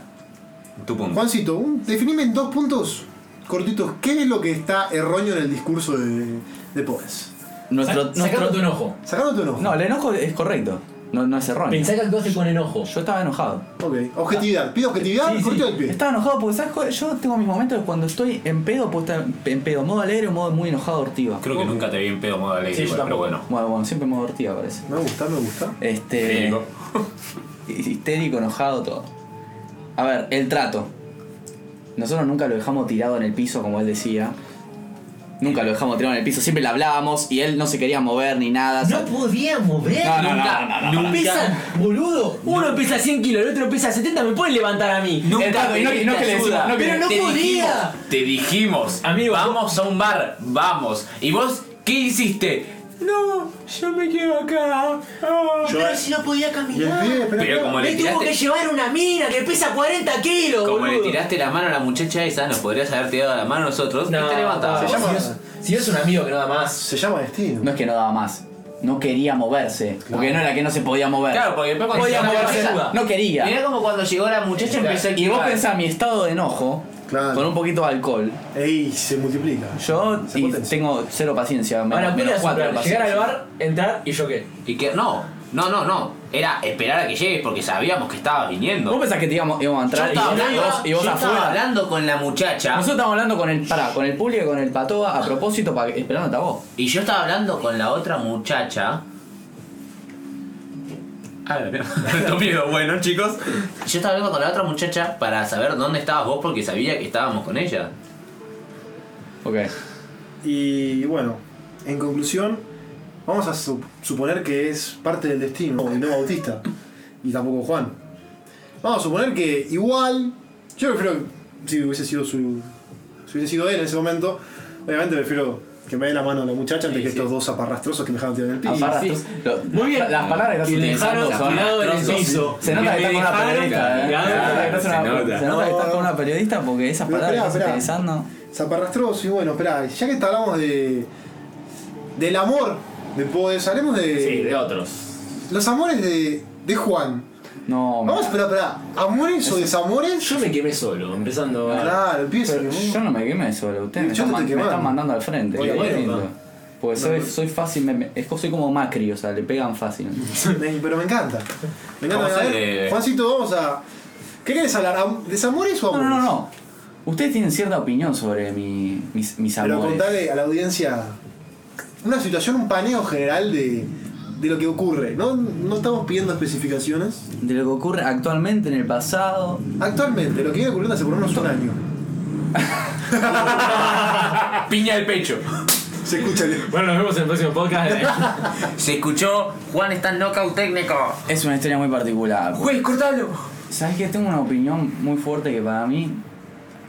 Speaker 2: Tu punto.
Speaker 3: Juancito, un- definime en dos puntos cortitos qué es lo que está erróneo en el discurso de, de Pobres.
Speaker 1: Nuestro,
Speaker 4: Sa- sacando tu
Speaker 1: nuestro-
Speaker 4: enojo.
Speaker 3: Sacando tu enojo.
Speaker 1: No, el enojo es correcto. No, no es erróneo.
Speaker 4: Pensá que actuaste con enojo.
Speaker 1: Yo estaba enojado.
Speaker 3: Ok, objetividad. Pido objetividad,
Speaker 4: Sí, sí.
Speaker 3: cortito del pie.
Speaker 1: Estaba enojado porque, ¿sabes? cuál? Yo tengo mis momentos cuando estoy en pedo, puedo estar en pedo. Modo alegre o modo muy enojado, ortiva.
Speaker 2: Creo que nunca te vi en pedo modo alegre,
Speaker 4: Sí, yo
Speaker 2: igual, pero
Speaker 4: tampoco.
Speaker 2: bueno.
Speaker 1: Bueno, bueno, siempre modo ortiva parece.
Speaker 3: Me gusta, me gusta.
Speaker 1: Este.
Speaker 2: Federico.
Speaker 1: Histérico, enojado, todo. A ver, el trato. Nosotros nunca lo dejamos tirado en el piso, como él decía. Nunca lo dejamos tirado en el piso, siempre le hablábamos y él no se quería mover ni nada.
Speaker 4: No podía mover.
Speaker 1: No, no, no,
Speaker 4: nunca.
Speaker 1: no,
Speaker 2: no, no, no.
Speaker 4: Pesan, boludo. Uno pesa 100 kilos, el otro pesa 70. Me pueden levantar a mí.
Speaker 1: El
Speaker 2: Nunca
Speaker 1: trato, y no- y no que le
Speaker 2: pediste
Speaker 1: decimos,
Speaker 2: ayuda.
Speaker 1: no que-
Speaker 4: Pero no
Speaker 2: Te
Speaker 4: podía.
Speaker 2: dijimos, te dijimos,
Speaker 4: Amigo,
Speaker 2: vamos a un bar, vamos. ¿Y vos qué hiciste? No, yo me quedo acá. Ah.
Speaker 4: Pero si no podía
Speaker 3: Y el
Speaker 4: caminar.
Speaker 3: pibe, espera,
Speaker 2: Pero como le
Speaker 4: Me tuvo que
Speaker 2: tiraste,
Speaker 4: llevar una mina que pesa 40 kilos.
Speaker 2: como le
Speaker 4: boludo.
Speaker 2: tiraste la mano a la muchacha esa, nos podrías haber tirado la mano a nosotros y
Speaker 4: No,
Speaker 2: te levantabas.
Speaker 4: no,
Speaker 3: Se llama-
Speaker 4: si es- Si es un amigo que nada más.
Speaker 3: se llama destino.
Speaker 1: No es que no daba más. No quería moverse. Porque no era que no se podía mover.
Speaker 2: Claro, porque después cuando
Speaker 4: Podía
Speaker 2: llegó la
Speaker 4: moverse
Speaker 2: muchacha-
Speaker 4: duda.
Speaker 1: No quería.
Speaker 2: Mirá como cuando llegó la muchacha empezó a
Speaker 1: Y vos
Speaker 2: esquivar.
Speaker 1: pensás, mi estado de enojo,
Speaker 3: Claro.
Speaker 1: con un poquito de alcohol,
Speaker 3: Ey, se multiplica.
Speaker 1: yo
Speaker 3: Se
Speaker 1: y
Speaker 3: potencia.
Speaker 1: tengo cero paciencia. menos-
Speaker 4: Ahora,
Speaker 1: menos
Speaker 4: pude
Speaker 1: cuatro de
Speaker 4: llegar al
Speaker 1: paciencia.
Speaker 4: bar, entrar y yo qué.
Speaker 2: Y que no,
Speaker 6: No, no, no. Era esperar a que llegues porque sabíamos que estabas viniendo.
Speaker 1: ¿Vos pensás que te íbamos, íbamos a
Speaker 6: Yo
Speaker 1: entrar y,
Speaker 6: estaba,
Speaker 1: y
Speaker 6: hablando,
Speaker 1: vos, y vos
Speaker 6: yo estaba
Speaker 1: afuera?
Speaker 6: hablando con la muchacha.
Speaker 1: Nosotros estamos hablando con el, pará, con el público, con el patoa, a propósito, para esperándote a vos.
Speaker 6: Y yo estaba hablando con la otra muchacha. A ver, tanto miedo, bueno, chicos. Yo estaba hablando con la otra muchacha para saber dónde estabas vos porque sabía que estábamos con ella.
Speaker 1: Ok.
Speaker 3: Y bueno, en conclusión, vamos a su- suponer que es parte del destino, y no Bautista, y tampoco Juan. Vamos a suponer que igual, yo prefiero, si hubiese sido su, si hubiese sido él en ese momento, obviamente prefiero que me dé la mano a la muchacha antes que estos dos aparrastrosos que me dejaron tirar en el piso.
Speaker 1: Aparras,
Speaker 4: sí.
Speaker 1: tú- lo-
Speaker 4: Muy bien.
Speaker 1: Las palabras que estás
Speaker 4: Y le
Speaker 1: utilizando
Speaker 4: dejaron
Speaker 1: son.
Speaker 4: tirado en el
Speaker 1: atrozas.
Speaker 4: piso.
Speaker 1: Se nota que
Speaker 4: Y
Speaker 1: estás
Speaker 4: me
Speaker 1: con una
Speaker 4: dejaron
Speaker 1: periodista. eh.
Speaker 4: tirado.
Speaker 1: Se nota que estás
Speaker 2: Se
Speaker 1: con una-
Speaker 2: nota.
Speaker 1: Se nota que estás con una periodista porque esas
Speaker 3: Pero
Speaker 1: palabras que
Speaker 3: esperá,
Speaker 1: estás
Speaker 3: esperá.
Speaker 1: utilizando.
Speaker 3: Zaparrastroso, y bueno, espera, ya que te hablamos de. del amor de Podes, hablemos de.
Speaker 4: Sí, de otros.
Speaker 3: los amores de, de Juan.
Speaker 1: No,
Speaker 3: Vamos, espera, espera, ¿amores o desamores?
Speaker 4: Yo me quemé solo, empezando a.
Speaker 3: Claro, empieza.
Speaker 1: Pero yo no me quemé solo, ustedes me,
Speaker 3: Yo
Speaker 1: están
Speaker 3: no te
Speaker 1: man- me
Speaker 3: quemaron.
Speaker 1: están mandando al frente.
Speaker 4: Oye,
Speaker 1: que es
Speaker 4: bueno,
Speaker 1: distinto.
Speaker 4: no.
Speaker 1: Porque soy, soy fácil, me- me- es que soy como Macri, o sea, le pegan fácil.
Speaker 3: Me- pero me encanta. Me encanta.
Speaker 6: Vamos
Speaker 3: A
Speaker 6: a
Speaker 3: ver,
Speaker 6: leer.
Speaker 3: Juancito, vamos a. ¿Qué querés hablar? ¿Am- ¿Desamores o
Speaker 1: No,
Speaker 3: amores?
Speaker 1: no, no, no. Ustedes tienen cierta opinión sobre mi, mis, mis
Speaker 3: Pero
Speaker 1: amores.
Speaker 3: contale a la audiencia una situación, un paneo general de, de lo que ocurre. No, no estamos pidiendo especificaciones.
Speaker 1: De lo que ocurre actualmente, en el pasado.
Speaker 3: Actualmente, lo que viene ocurriendo hace por lo menos un año.
Speaker 6: Piña al pecho.
Speaker 3: Se escucha el.
Speaker 4: Bueno, nos vemos en el próximo podcast. eh.
Speaker 6: Se escuchó, Juan está en knockout técnico.
Speaker 1: Es una historia muy particular.
Speaker 6: Juez, cortalo.
Speaker 1: Sabes que tengo una opinión muy fuerte que para mí,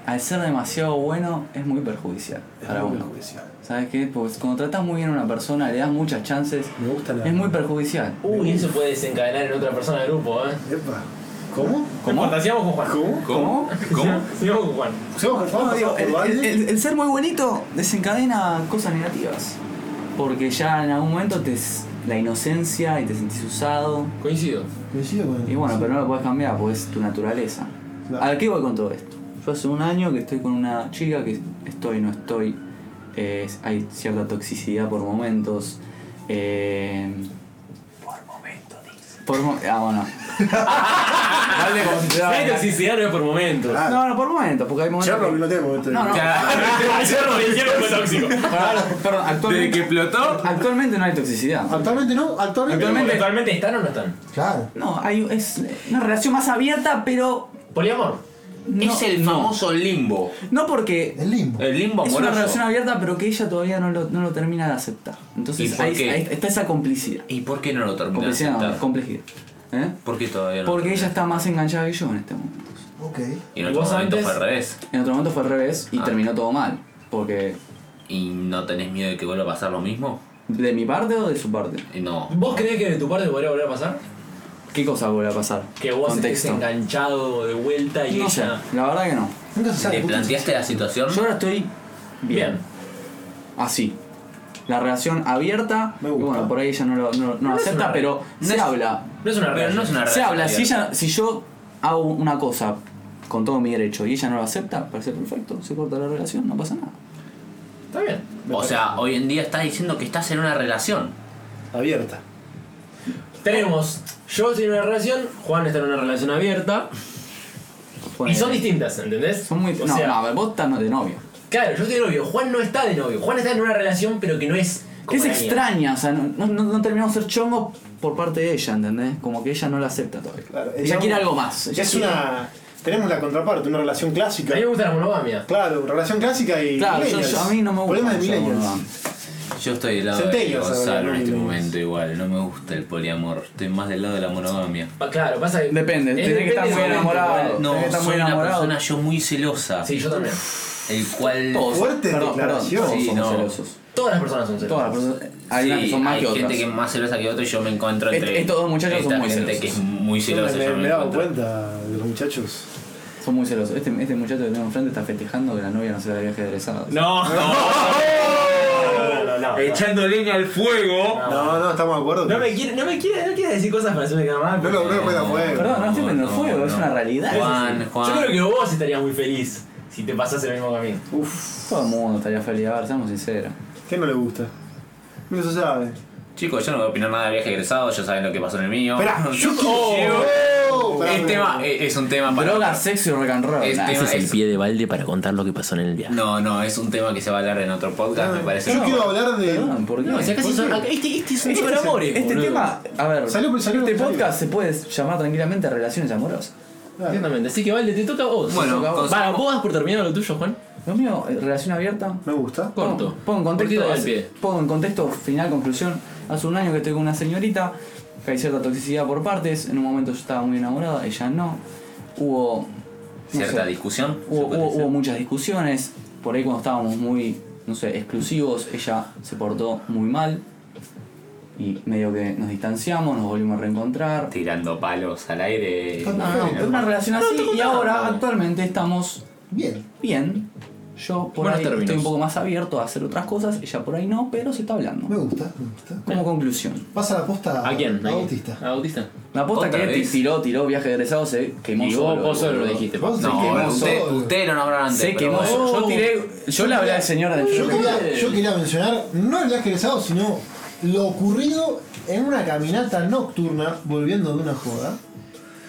Speaker 1: al ser demasiado bueno, es muy perjudicial. para
Speaker 3: muy
Speaker 1: uno.
Speaker 3: perjudicial.
Speaker 1: ¿Sabes qué? Porque cuando tratas muy bien a una persona, le das muchas chances,
Speaker 3: Me gusta la-
Speaker 1: es muy perjudicial.
Speaker 4: Uy, eso puede desencadenar en otra persona del grupo, eh.
Speaker 3: Epa. ¿Cómo?
Speaker 1: ¿Cómo?
Speaker 4: No importa, sigamos con Juan.
Speaker 3: ¿Cómo?
Speaker 1: ¿Cómo?
Speaker 2: ¿Cómo?
Speaker 4: Sigamos con Juan.
Speaker 3: ¿Somos por favor?
Speaker 1: No, digo,
Speaker 3: ¿Por
Speaker 1: el,
Speaker 3: Valde?
Speaker 1: el- el- el ser muy bonito desencadena cosas negativas. Porque ya en algún momento te s- la inocencia y te sentís usado.
Speaker 4: Coincido.
Speaker 3: Coincido con-
Speaker 1: Y bueno, pero no lo puedes cambiar porque es tu naturaleza.
Speaker 3: Claro.
Speaker 1: ¿A qué voy con todo esto? Yo hace un año que estoy con una chica que estoy, no estoy. eh, hay cierta toxicidad por momentos. eh, por momentos, dice. ah, bueno. Vale, como si te daba-
Speaker 4: La toxicidad no es por momentos.
Speaker 3: Ah,
Speaker 1: No, no, por momentos, porque hay momentos.
Speaker 3: Charlo,
Speaker 1: que-
Speaker 3: que no tengo momento de-
Speaker 1: No, no.
Speaker 4: Ayer lo hicieron fue tóxico.
Speaker 1: Perdón,
Speaker 2: Desde que
Speaker 1: actualmente,
Speaker 2: explotó.
Speaker 1: actualmente no hay toxicidad.
Speaker 3: Actualmente no, actualmente.
Speaker 1: Actualmente-
Speaker 4: ¿Actualmente están o no están?
Speaker 3: Claro.
Speaker 1: No, hay, es una relación más abierta, pero.
Speaker 4: Poliamor.
Speaker 1: No,
Speaker 6: es el
Speaker 1: no.
Speaker 6: famoso limbo.
Speaker 1: No porque.
Speaker 3: El limbo.
Speaker 6: El limbo
Speaker 1: Es una
Speaker 6: amoroso.
Speaker 1: relación abierta, pero que ella todavía no lo, no lo termina de aceptar.
Speaker 6: ¿Y
Speaker 1: Entonces
Speaker 6: por
Speaker 1: ahí,
Speaker 6: qué?
Speaker 1: ahí está esa complicidad.
Speaker 6: ¿Y por qué no lo terminó?
Speaker 1: Complicidad, no, complejidad. ¿Eh?
Speaker 6: ¿Por qué todavía no?
Speaker 1: Porque ella está más enganchada que yo en este momento.
Speaker 3: Ok.
Speaker 6: Y en
Speaker 4: ¿Y
Speaker 6: otro
Speaker 4: vos
Speaker 6: momento
Speaker 4: antes?
Speaker 6: fue al revés.
Speaker 1: En otro momento fue al revés y
Speaker 6: Ah.
Speaker 1: terminó todo mal. Porque.
Speaker 6: ¿Y no tenés miedo de que vuelva a pasar lo mismo?
Speaker 1: ¿De mi parte o de su parte?
Speaker 6: Y no.
Speaker 4: ¿Vos crees que de tu parte podría volver a pasar?
Speaker 1: ¿Qué cosa vuelve a pasar?
Speaker 4: Que vos estés enganchado de vuelta y
Speaker 1: No sé,
Speaker 4: ella.
Speaker 1: la verdad que no.
Speaker 6: ¿Mm?
Speaker 3: Nunca se sabe.
Speaker 6: ¿Te
Speaker 3: puto.
Speaker 6: planteaste la situación?
Speaker 1: Yo ahora estoy
Speaker 4: Bien.
Speaker 1: así. La relación abierta,
Speaker 3: Me gusta.
Speaker 1: y bueno, por ahí ella no lo no- no
Speaker 4: es
Speaker 1: acepta,
Speaker 4: una-
Speaker 1: pero
Speaker 4: no
Speaker 1: se
Speaker 4: es-
Speaker 1: habla.
Speaker 4: No es una
Speaker 6: Pero
Speaker 4: relación.
Speaker 6: no es una
Speaker 1: Se
Speaker 6: relación
Speaker 1: habla, si,
Speaker 6: abierta.
Speaker 1: ella, si yo hago una cosa con todo mi derecho y ella no lo acepta, parece perfecto, se corta la relación, no pasa nada.
Speaker 4: Está bien.
Speaker 6: O sea, hoy en día estás diciendo que estás en una relación.
Speaker 3: Abierta.
Speaker 4: Tenemos. Yo estoy en una relación, Juan está en una relación abierta. Y
Speaker 1: Ponele.
Speaker 4: son distintas, ¿entendés?
Speaker 1: Son muy...
Speaker 4: o
Speaker 1: no,
Speaker 4: sea,
Speaker 1: no, vos estás de novio.
Speaker 4: Claro, yo estoy de novio. Juan no está de novio. Juan está en una relación, pero que no es.
Speaker 1: Que
Speaker 4: como
Speaker 1: es
Speaker 4: la mía.
Speaker 1: extraña, o sea, no, no, no terminamos de ser chongo por parte de ella, ¿entendés? Como que ella no la acepta todavía. ella quiere algo más. ella
Speaker 3: es
Speaker 1: quiere-
Speaker 3: una. Tenemos la contraparte, una relación
Speaker 4: A
Speaker 3: clásica.
Speaker 4: mí me gusta la monogamia.
Speaker 3: Claro, relación clásica y.
Speaker 1: Claro, yo,
Speaker 3: millennials.
Speaker 1: yo- a mí no me gusta.
Speaker 3: Problemas de
Speaker 1: mucho,
Speaker 3: millennials.
Speaker 6: Yo estoy del lado de
Speaker 3: Centenios,
Speaker 6: Gonzalo
Speaker 3: ahora,
Speaker 6: en este
Speaker 3: millennials.
Speaker 6: momento igual. No me gusta el poliamor. Estoy más del lado de la monogamia.
Speaker 4: Pa- Ah, Claro, pasa que.
Speaker 1: Depende,
Speaker 4: es-
Speaker 1: tenés que estar
Speaker 4: del
Speaker 1: muy
Speaker 4: momento,
Speaker 1: enamorado.
Speaker 4: Juan.
Speaker 6: No,
Speaker 1: Tenés que estar muy
Speaker 6: soy una
Speaker 1: enamorado.
Speaker 6: persona yo muy celosa.
Speaker 4: Sí, yo también.
Speaker 6: El cual...
Speaker 1: Todos,
Speaker 3: Fuertes
Speaker 1: perdón, perdón,
Speaker 3: declaraciones.
Speaker 1: todos
Speaker 6: Sí,
Speaker 1: somos
Speaker 6: no.
Speaker 1: celosos.
Speaker 4: Todas las personas son celos.
Speaker 1: Todas las personas. Hay
Speaker 6: Sí,
Speaker 1: unas que son más
Speaker 6: hay
Speaker 1: que
Speaker 6: gente
Speaker 1: otras.
Speaker 6: que es más celosa que otra y yo me encuentro
Speaker 1: Est-
Speaker 6: entre...
Speaker 1: estos dos muchachos
Speaker 6: esta
Speaker 1: son muy
Speaker 6: gente
Speaker 1: celosos.
Speaker 6: que es muy
Speaker 3: Yo
Speaker 6: celosa.
Speaker 3: me,
Speaker 6: yo
Speaker 3: me,
Speaker 6: me
Speaker 3: he dado
Speaker 6: encuentro.
Speaker 3: cuenta de los muchachos.
Speaker 1: Son muy celosos. Este, este muchacho que tengo enfrente está festejando que la novia no se la había aderezado.
Speaker 2: No,
Speaker 4: No, no, no.
Speaker 2: Echando leña al fuego.
Speaker 3: No, no, estamos de acuerdo.
Speaker 4: No me quiere, no me quiere, no quiere decir cosas para hacerme quedar mal.
Speaker 3: No lo
Speaker 4: porque-
Speaker 3: no lo puedo jugar.
Speaker 1: Perdón, no estoy prendiendo
Speaker 6: no,
Speaker 1: fuego, es
Speaker 6: no.
Speaker 1: una realidad.
Speaker 6: Juan,
Speaker 4: Yo creo
Speaker 6: Juan.
Speaker 4: que vos estarías muy feliz si te pasas el mismo camino.
Speaker 1: Uf, todo el mundo estaría feliz, a ver, seamos sinceros.
Speaker 3: ¿Qué no le gusta? No se sabe.
Speaker 2: Chicos, yo no voy a opinar nada de viaje egresado, ya saben lo que pasó en el mío.
Speaker 3: Espera, yo
Speaker 6: Este
Speaker 2: Oh,
Speaker 3: quiero.
Speaker 2: es,
Speaker 3: Pará,
Speaker 2: tema, eh, es un tema para.
Speaker 1: Droga, sexo y rock and roll. Ah,
Speaker 2: Es
Speaker 6: Este
Speaker 1: Nah,
Speaker 2: tema-
Speaker 1: ese es
Speaker 2: es-
Speaker 1: el
Speaker 6: pie de balde para contar lo que pasó en el viaje.
Speaker 2: No, no, es un tema que se va a hablar en otro podcast, me parece.
Speaker 3: Ah, Yo quiero hablar de.
Speaker 1: Perdón, ¿por qué?
Speaker 6: No, si acá sí son. acá- Este, este es un sobre amores.
Speaker 1: Este
Speaker 6: boludo. pues,
Speaker 1: tema, a ver,
Speaker 3: Salió- salió-
Speaker 1: este
Speaker 3: salió.
Speaker 1: podcast se puede llamar tranquilamente relaciones amorosas.
Speaker 6: Exactamente. Así que Valde, te toca a vos.
Speaker 2: Bueno,
Speaker 6: Te toca a vos.
Speaker 2: con-
Speaker 6: Va, vos das por terminado lo tuyo, Juan.
Speaker 1: Lo mío, eh, relación abierta.
Speaker 3: Me gusta.
Speaker 6: Corto.
Speaker 1: Pongo en contexto.
Speaker 6: Cortito y al
Speaker 1: hace-
Speaker 6: pie.
Speaker 1: pongo en contexto, final, conclusión. Hace un año que estoy con una señorita, que hay cierta toxicidad por partes. En un momento yo estaba muy enamorada, ella no. Hubo. no
Speaker 2: Cierta
Speaker 1: sé,
Speaker 2: discusión. se
Speaker 1: Hubo,
Speaker 2: puede
Speaker 1: hubo-
Speaker 2: decir.
Speaker 1: hubo muchas discusiones. Por ahí cuando estábamos muy, no sé, exclusivos, ella se portó muy mal. Y medio que nos distanciamos, nos volvimos a reencontrar.
Speaker 2: Tirando palos al aire.
Speaker 1: No, Ah, no, pero una relación así. y ahora, actualmente, estamos
Speaker 3: Bien.
Speaker 1: bien. Yo por
Speaker 6: Buenos
Speaker 1: ahí
Speaker 6: términos.
Speaker 1: estoy un poco más abierto a hacer otras cosas, ella por ahí no, pero se está hablando.
Speaker 3: Me gusta, me gusta.
Speaker 1: Como conclusión,
Speaker 3: Pasa la posta
Speaker 6: ¿A quién?
Speaker 3: Ah, A
Speaker 6: ¿A quién?
Speaker 3: Bautista.
Speaker 4: Ah,
Speaker 6: ¿A Bautista?
Speaker 1: la aposta
Speaker 2: ¿Otra
Speaker 1: que este
Speaker 2: vez?
Speaker 1: tiró, tiró viaje de egresado, se quemó
Speaker 6: Y vos,
Speaker 1: solo.
Speaker 6: vos solo lo
Speaker 1: boludo.
Speaker 6: dijiste.
Speaker 3: Vos
Speaker 6: No.
Speaker 3: se
Speaker 2: No,
Speaker 3: quemó
Speaker 2: usted,
Speaker 3: solo.
Speaker 2: usted lo nombraron antes.
Speaker 1: Se
Speaker 2: pero
Speaker 1: quemó
Speaker 2: bueno.
Speaker 1: solo. Yo tiré, yo le hablé al señor del
Speaker 3: Yo
Speaker 1: yo
Speaker 3: quería, yo quería mencionar, no el viaje egresado, sino lo ocurrido en una caminata nocturna volviendo de una joda.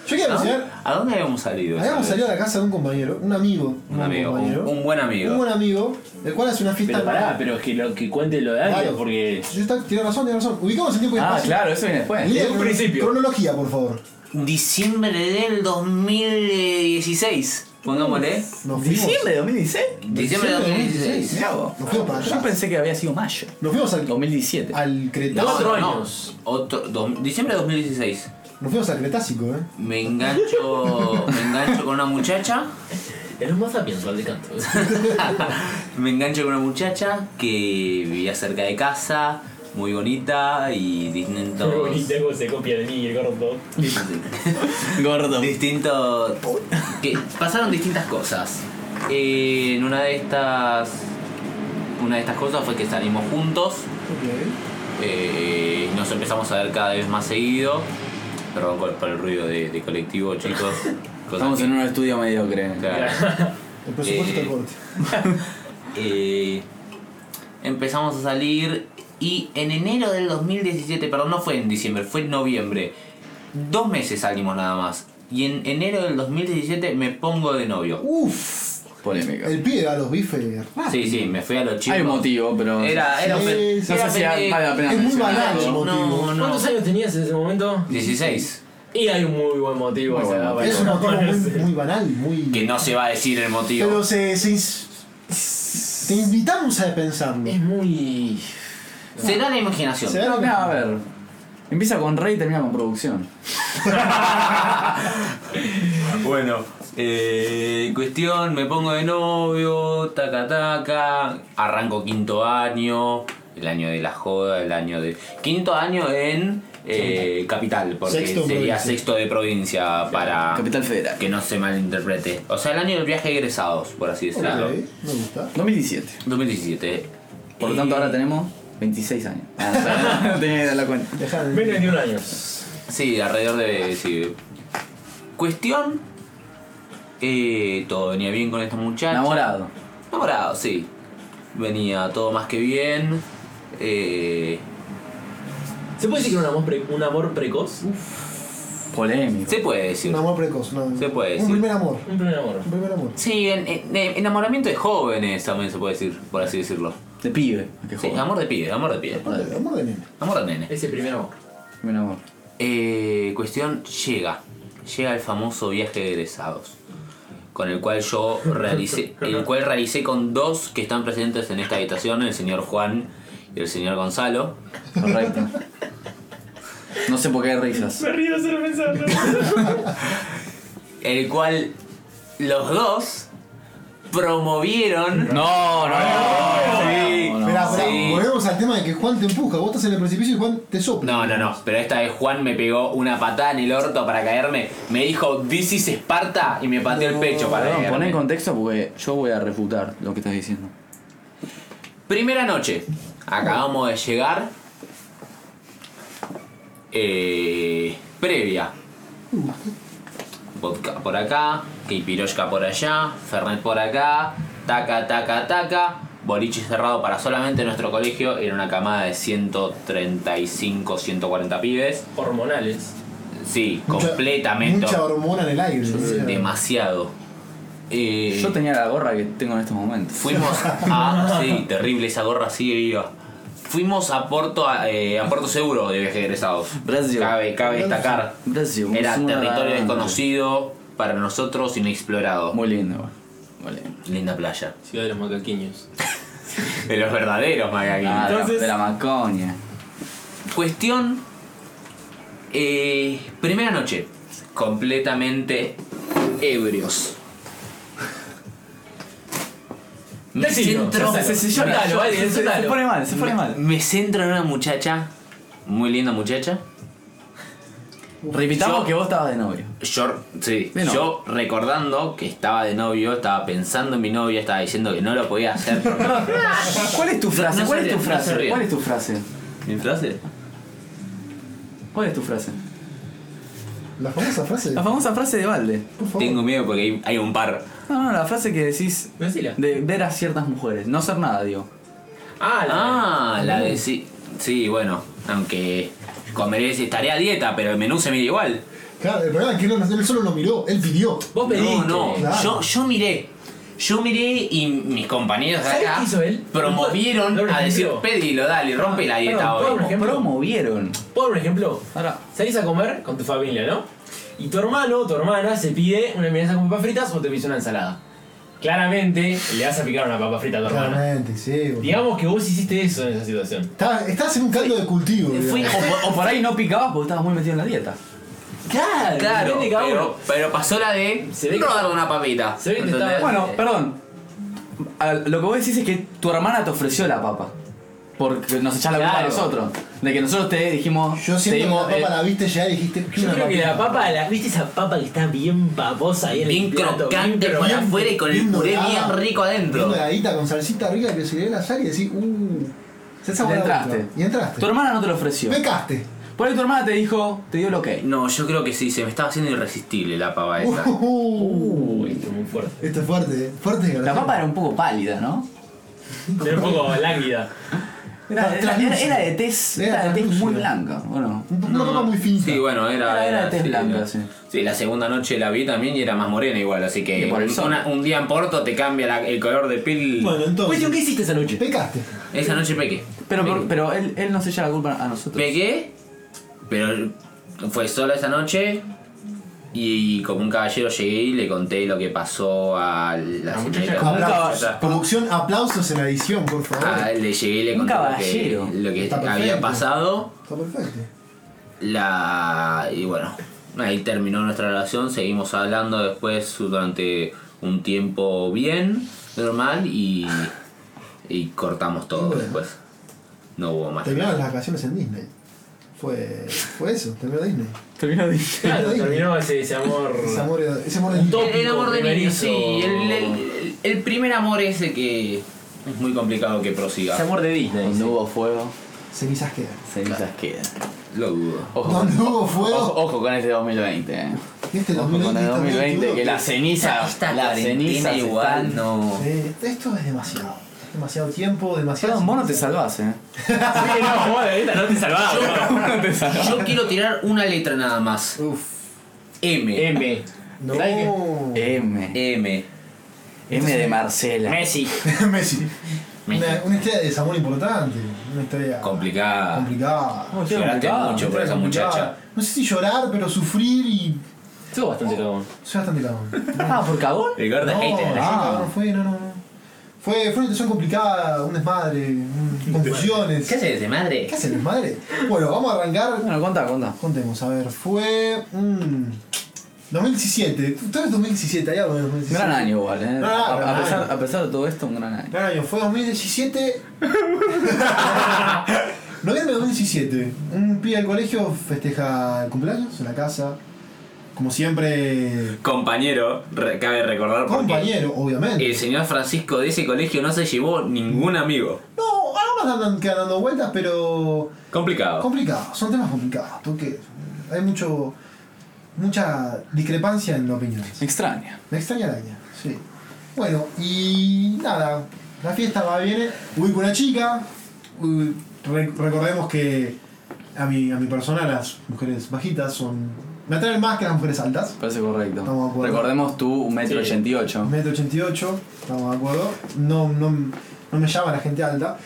Speaker 3: Yo quería
Speaker 2: ¿Ah?
Speaker 3: mencionar,
Speaker 2: ¿A dónde habíamos salido?
Speaker 3: habíamos salido a la casa de un compañero, un amigo.
Speaker 2: Un amigo, un, un buen amigo.
Speaker 3: Un buen amigo, del cual hace una fiesta.
Speaker 9: Pero pará, pero es que lo que cuente lo de antes,
Speaker 3: Claro.
Speaker 9: porque.
Speaker 3: Yo está- tiene razón, tiene razón. Ubicamos el tiempo y
Speaker 1: Ah,
Speaker 3: espacio.
Speaker 1: claro, eso viene después.
Speaker 3: Lea
Speaker 1: Desde un
Speaker 3: cron-
Speaker 1: principio.
Speaker 3: Cronología, por favor.
Speaker 2: Diciembre del 2016. Pongámosle.
Speaker 3: Nos fuimos.
Speaker 1: ¿Diciembre de 2016?
Speaker 2: Diciembre de 2016.
Speaker 1: Mirá vos.
Speaker 3: Nos fuimos para
Speaker 1: Yo
Speaker 3: atrás.
Speaker 1: pensé que había sido mayo.
Speaker 3: Nos fuimos al,
Speaker 1: 2017.
Speaker 3: al Cretácico.
Speaker 9: Cuatro
Speaker 2: no.
Speaker 9: años.
Speaker 2: Otro, do- diciembre de 2016.
Speaker 3: Nos fuimos al Cretácico, eh.
Speaker 2: Me engancho, me engancho con una muchacha.
Speaker 6: Era un mazapienso al decanto.
Speaker 2: Me engancho con una muchacha que vivía cerca de casa, muy bonita y distintos.
Speaker 4: Muy bonita como se copia de mí, el gordo.
Speaker 1: Gordo.
Speaker 2: distintos. que pasaron distintas cosas. Eh, en una de estas. Una de estas cosas fue que salimos juntos. Eh, y nos empezamos a ver cada vez más seguido. Perdón por, por el ruido de, de colectivo, chicos. Cosas
Speaker 1: Estamos
Speaker 2: que-
Speaker 1: en un estudio mediocre.
Speaker 2: Claro.
Speaker 3: El presupuesto
Speaker 2: Eh,
Speaker 3: del corte.
Speaker 2: Eh, empezamos a salir y en enero del 2017, perdón, no fue en diciembre, fue en noviembre. Dos meses salimos nada más. Y en enero del 2017 me pongo de novio.
Speaker 3: Uf,
Speaker 1: Polémica.
Speaker 3: el pibe a los bifes.
Speaker 2: Sí, sí, me fui a los chicos.
Speaker 1: Hay un motivo, pero.
Speaker 2: Era, era
Speaker 3: Sí,
Speaker 2: pe-
Speaker 3: sí,
Speaker 1: no
Speaker 2: era
Speaker 1: sé si
Speaker 2: pende-
Speaker 1: vale la pena.
Speaker 3: Es muy
Speaker 1: mencionarlo.
Speaker 3: banal el
Speaker 2: No,
Speaker 3: motivo.
Speaker 2: no, no.
Speaker 4: ¿Cuántos años tenías en ese momento?
Speaker 2: 16.
Speaker 4: Y hay un muy buen motivo.
Speaker 1: Muy
Speaker 4: o sea,
Speaker 1: bueno.
Speaker 4: bueno,
Speaker 3: Es un motivo
Speaker 4: no
Speaker 3: muy,
Speaker 4: sé.
Speaker 3: muy banal, muy.
Speaker 2: Que no se va a decir el motivo.
Speaker 3: Pero se, se ins- Te invitamos a pensarlo.
Speaker 4: Es muy.
Speaker 2: Será la imaginación.
Speaker 3: Se da lo
Speaker 1: No,
Speaker 3: que-
Speaker 1: mira, a ver. Empieza con rey y termina con producción.
Speaker 2: Bueno, eh, cuestión, me pongo de novio, taca taca, arranco quinto año, el año de la joda, el año de... Quinto año en eh, capital, porque
Speaker 3: Sexto en
Speaker 2: sería
Speaker 3: provincia.
Speaker 2: sexto de provincia para
Speaker 1: Capital Federal.
Speaker 2: que no se malinterprete. O sea, el año del viaje de egresados, por así
Speaker 3: Ok,
Speaker 2: decirlo.
Speaker 3: Me gusta.
Speaker 1: 2017.
Speaker 2: 2017.
Speaker 1: Por lo
Speaker 2: Eh,
Speaker 1: tanto, ahora tenemos 26 años. Ah, no, sé, no tenía que dar la cuenta.
Speaker 3: Dejá de-
Speaker 4: Menos de 21 años.
Speaker 2: Sí, alrededor de. Sí. Cuestión. eh, todo venía bien con esta muchacha.
Speaker 1: Enamorado.
Speaker 2: Enamorado, sí. Venía todo más que bien. Eh,
Speaker 9: ¿Se puede decir que era un amor, pre- un amor precoz?
Speaker 1: Polémico.
Speaker 2: se puede decir.
Speaker 3: Un amor precoz, no.
Speaker 2: Se puede
Speaker 3: Un
Speaker 2: decir.
Speaker 3: primer amor.
Speaker 9: Un primer amor.
Speaker 3: Un primer amor.
Speaker 2: Sí, en- en- en- enamoramiento de jóvenes también se puede decir, por así decirlo.
Speaker 1: De pibe. Que
Speaker 2: Sí,
Speaker 1: joda.
Speaker 2: amor de pibe, amor de pibe.
Speaker 3: Amor de- amor de nene.
Speaker 2: Amor de nene.
Speaker 9: Ese primer amor.
Speaker 1: Mi amor.
Speaker 2: Eh, cuestión llega. Llega el famoso viaje de egresados. Con el cual yo realicé. el cual realicé con dos que están presentes en esta habitación, el señor Juan y el señor Gonzalo.
Speaker 1: Correcto. No sé por qué hay risas.
Speaker 4: Me río solo pensando.
Speaker 2: El cual los dos promovieron.
Speaker 1: No, no, no.
Speaker 2: Sí.
Speaker 1: no, no.
Speaker 3: Esperá, esperá,
Speaker 2: sí.
Speaker 3: volvemos al tema de que Juan te empuja. Vos estás en el precipicio y Juan te sopla.
Speaker 2: No, no, no, pero esta vez Juan me pegó una patada en el orto para caerme. Me dijo, This is Esparta, y me pateó el pecho para
Speaker 1: Perdón, pon en
Speaker 2: caerme.
Speaker 1: contexto porque yo voy a refutar lo que estás diciendo.
Speaker 2: Primera noche, acabamos de llegar. Eh, previa. Vodka por acá, Keipiroshka por allá, Fernet por acá, taca, taca, taca. boliche cerrado para solamente nuestro colegio, era una camada de 135, 140 pibes.
Speaker 4: Hormonales.
Speaker 2: Sí,
Speaker 3: Mucha-
Speaker 2: completamente.
Speaker 3: Mucha hormona en el aire. boludo.
Speaker 2: demasiado. Eh,
Speaker 1: Yo tenía la gorra que tengo en estos momentos.
Speaker 2: Fuimos a. sí, terrible, esa gorra sigue viva. Fuimos a Puerto, a, eh, a Puerto Seguro de viaje de egresados.
Speaker 1: Brasil.
Speaker 2: Cabe, cabe destacar.
Speaker 1: Brasil,
Speaker 2: Era
Speaker 1: es una-
Speaker 2: territorio desconocido, para nosotros inexplorado.
Speaker 1: Muy lindo, güey.
Speaker 2: Eh,
Speaker 1: Muy lindo.
Speaker 2: Linda playa.
Speaker 9: Ciudad de los macaquiños.
Speaker 2: De los verdaderos magallanes.
Speaker 1: Ah, de la-
Speaker 9: Entonces-
Speaker 1: de la macoña.
Speaker 2: Cuestión. eh, primera noche. Completamente ebrios. Me
Speaker 4: Decilo,
Speaker 2: centro,
Speaker 4: ya sé, sí, sí, yo- Soltalo, vale,
Speaker 1: se, se
Speaker 4: soltalo.
Speaker 1: pone mal, se pone mal.
Speaker 2: me centro en una muchacha. Muy linda muchacha.
Speaker 1: Repitamos
Speaker 2: Yo-
Speaker 1: que vos estabas de novio.
Speaker 2: Yo, sí,
Speaker 1: De novio.
Speaker 2: yo recordando que estaba de novio, estaba pensando en mi novia, estaba diciendo que no lo podía hacer. porque-
Speaker 1: ¿Cuál es tu frase?
Speaker 2: no
Speaker 1: ¿Cuál es
Speaker 2: se
Speaker 1: tu
Speaker 2: ríe,
Speaker 1: frase?
Speaker 2: no se ríe.
Speaker 1: ¿Cuál es tu frase?
Speaker 2: ¿Mi frase?
Speaker 1: ¿Cuál es tu frase?
Speaker 3: La famosa frase.
Speaker 1: La famosa frase de Valde.
Speaker 3: Por favor.
Speaker 2: Tengo miedo porque hay, hay un par.
Speaker 1: No, no, la frase que decís
Speaker 4: Decila.
Speaker 1: de ver a ciertas mujeres, no ser nada, digo.
Speaker 4: Ah, la.
Speaker 2: Ah, la de sí. Sí, bueno, aunque comeré, estaré a dieta, pero el menú se mide igual.
Speaker 3: Claro, el problema es que él, él solo lo miró, él pidió.
Speaker 4: Vos pediste.
Speaker 2: No, no,
Speaker 3: claro.
Speaker 2: yo, yo miré. Yo miré y mis compañeros de
Speaker 4: ¿Sabés
Speaker 2: acá
Speaker 4: qué hizo él?
Speaker 2: promovieron
Speaker 4: Dar un
Speaker 2: a decir,
Speaker 4: ejemplo.
Speaker 2: pedilo, dale, rompe la dieta
Speaker 4: perdón,
Speaker 2: hoy.
Speaker 4: por ejemplo.
Speaker 1: Promovieron.
Speaker 4: Por un ejemplo,
Speaker 1: Ahora,
Speaker 4: salís a comer con tu familia, ¿no? Y tu hermano o tu hermana se pide una milanesa con papas fritas o te pide una ensalada. Claramente le vas a picar una papa frita a tu hermano.
Speaker 3: Claramente, sí. boludo.
Speaker 4: Digamos que vos hiciste eso en esa situación.
Speaker 3: Estaba- Estabas en un caldo de cultivo.
Speaker 2: Fui-
Speaker 3: digamos.
Speaker 1: o, por- o por ahí no picabas porque estabas muy metido en la dieta.
Speaker 4: Claro,
Speaker 2: Claro,
Speaker 4: depende de cada uno.
Speaker 2: pero, pero pasó la de
Speaker 4: Se ve que-
Speaker 2: rodarle una papita.
Speaker 4: se ve que te
Speaker 2: ¿entendés?
Speaker 4: estaba-
Speaker 1: Bueno, perdón. A- Lo que vos decís es que tu hermana te ofreció la papa. Porque nos echás la culpa a
Speaker 2: Claro.
Speaker 1: nosotros. De que nosotros te dijimos.
Speaker 3: Yo
Speaker 1: te
Speaker 3: siento que la
Speaker 1: dimos,
Speaker 3: papa
Speaker 1: eh,
Speaker 3: la viste ya y dijiste.
Speaker 4: Yo creo que
Speaker 3: papita.
Speaker 4: la papa, la, ¿viste esa papa que está bien paposa ahí en
Speaker 2: Bien
Speaker 4: el plato?
Speaker 2: crocante por
Speaker 4: crocante.
Speaker 2: afuera y con el
Speaker 3: bien
Speaker 2: puré
Speaker 3: dorada,
Speaker 2: bien rico adentro.
Speaker 3: Bien doradita, con salsita rica que se le ve la sal y decís, uh. se
Speaker 1: Y
Speaker 3: hace agua la
Speaker 1: entraste.
Speaker 3: boca. Y entraste.
Speaker 1: Tu hermana no te lo ofreció.
Speaker 3: Pecaste.
Speaker 1: Por ahí tu hermana te dijo, te dio el ok.
Speaker 2: Eh, No, yo creo que sí, se me estaba haciendo irresistible la pava esa.
Speaker 3: Uh,
Speaker 4: Uy, esto es muy fuerte.
Speaker 3: esto es fuerte, eh. fuerte de
Speaker 1: La papa era un poco pálida, ¿no?
Speaker 4: Era un poco lánguida.
Speaker 1: Era, era- era- era de tez,
Speaker 3: Era
Speaker 1: era de tez muy
Speaker 3: translúcida.
Speaker 1: blanca, ¿o no?
Speaker 3: Una papa muy finita.
Speaker 2: Sí, bueno, era.
Speaker 1: Era- era de tez
Speaker 2: sí,
Speaker 1: blanca,
Speaker 2: era-
Speaker 1: sí.
Speaker 2: Sí, la segunda noche la vi también y era más morena igual, así que
Speaker 1: Y por el sol.
Speaker 2: una- un día en Porto te cambia la- el color de piel.
Speaker 3: Bueno,
Speaker 1: Pues
Speaker 4: Cuestión, ¿qué
Speaker 3: entonces.
Speaker 4: hiciste esa noche?
Speaker 3: Pecaste.
Speaker 2: Esa noche pequé.
Speaker 1: Pero, pero, pero él, él nos echa la culpa a nosotros.
Speaker 2: Pequé, pero fue sola esa noche. Y como un caballero llegué y le conté lo que pasó a la señorita.
Speaker 1: como un
Speaker 3: Aplausos.
Speaker 1: caballo.
Speaker 3: Producción, aplausos en la edición, por favor.
Speaker 2: Ah, le llegué y le
Speaker 1: Un
Speaker 2: conté lo que,
Speaker 1: caballero.
Speaker 2: lo que
Speaker 3: Está
Speaker 2: había
Speaker 3: perfecto.
Speaker 2: pasado.
Speaker 3: Está perfecto.
Speaker 2: La. Y bueno, ahí terminó nuestra relación. Seguimos hablando después durante un tiempo bien, normal, y. Y cortamos todo
Speaker 3: Bueno.
Speaker 2: después. No hubo más.
Speaker 3: Terminaron las vacaciones en Disney. Fue, fue eso, terminó Disney.
Speaker 1: Terminó de-
Speaker 4: Claro, terminó ese, ese amor.
Speaker 3: Ese amor, ese amor de
Speaker 4: Un
Speaker 3: Disney.
Speaker 4: tópico
Speaker 2: El, el amor de niño,
Speaker 4: primerizo.
Speaker 2: sí. El, el- el primer amor ese que. Es muy complicado que prosiga.
Speaker 1: Ese amor de Disney. Cuando hubo fuego,
Speaker 3: Cenizas quedan.
Speaker 1: cenizas quedan.
Speaker 2: Lo dudo.
Speaker 1: Ojo,
Speaker 3: Donde
Speaker 1: con-
Speaker 3: hubo
Speaker 1: ojo,
Speaker 3: fuego,
Speaker 1: ojo con este 2020, eh.
Speaker 3: este
Speaker 1: Ojo con
Speaker 3: 2020,
Speaker 1: el
Speaker 3: este
Speaker 1: 2020, que
Speaker 3: 2022,
Speaker 1: la ceniza,
Speaker 2: Esta
Speaker 1: la
Speaker 2: cuarentena
Speaker 1: ceniza
Speaker 2: igual no.
Speaker 3: Eh, esto es demasiado. Demasiado tiempo, demasiado.
Speaker 1: Perdón, vos no te salvás, eh.
Speaker 4: Sí, no, joder, esta no te salvaba.
Speaker 1: Vos no te salvás.
Speaker 2: Yo quiero tirar una letra nada más.
Speaker 3: Uf.
Speaker 2: M.
Speaker 4: M.
Speaker 3: No.
Speaker 4: ¿Sabes
Speaker 1: M.
Speaker 2: M.
Speaker 1: M de Marcela.
Speaker 4: Messi.
Speaker 3: Messi.
Speaker 2: Messi.
Speaker 3: Una, una historia de desamor importante. Una historia
Speaker 2: Complicada.
Speaker 3: complicada.
Speaker 1: Oh, qué
Speaker 2: Lloraste
Speaker 1: complicado.
Speaker 2: mucho por
Speaker 3: Una historia
Speaker 2: esa
Speaker 3: complicada.
Speaker 2: muchacha.
Speaker 3: No sé si llorar, pero sufrir y.
Speaker 4: Estuvo bastante cagón.
Speaker 3: Soy bastante cagón.
Speaker 1: Ah, por cagón.
Speaker 2: El gordo
Speaker 3: No,
Speaker 2: hater.
Speaker 3: ah. no fue, no, no. no. Fue, fue una situación complicada, un desmadre, un- confusiones.
Speaker 2: ¿Qué haces de madre?
Speaker 3: ¿Qué hace el desmadre? Bueno, vamos a arrancar.
Speaker 1: Bueno, contá, contá.
Speaker 3: Contemos, a ver, fue. mm, 2017. Todo es 2017, allá algo de 2017.
Speaker 1: Gran año igual, eh.
Speaker 3: No, no,
Speaker 1: A-
Speaker 3: gran
Speaker 1: a, pesar,
Speaker 3: año.
Speaker 1: a pesar de todo esto, un gran año.
Speaker 3: Gran año, fue 2017. Noviembre de 2017. Un pibe del colegio festeja el cumpleaños en la casa. Como siempre.
Speaker 2: Compañero, re- cabe recordar porque
Speaker 3: Compañero, obviamente.
Speaker 2: el señor Francisco de ese colegio no se llevó ningún amigo.
Speaker 3: No, algunas andan quedan dando vueltas, pero.
Speaker 2: Complicado.
Speaker 3: Complicados, son temas complicados. Porque hay mucho. mucha discrepancia en opiniones.
Speaker 1: Extraña.
Speaker 3: Me extraña araña, sí. Bueno, y nada, la fiesta va viene, voy con una chica, uh, re- recordemos que a mi, a mi persona las mujeres bajitas son... Me atraen más que las mujeres altas.
Speaker 1: Parece correcto.
Speaker 3: Estamos de acuerdo.
Speaker 1: Recordemos tú, un metro
Speaker 4: Sí.
Speaker 1: ochenta y ocho.
Speaker 3: 1,88m, estamos de acuerdo. No, no, no me llama la gente alta.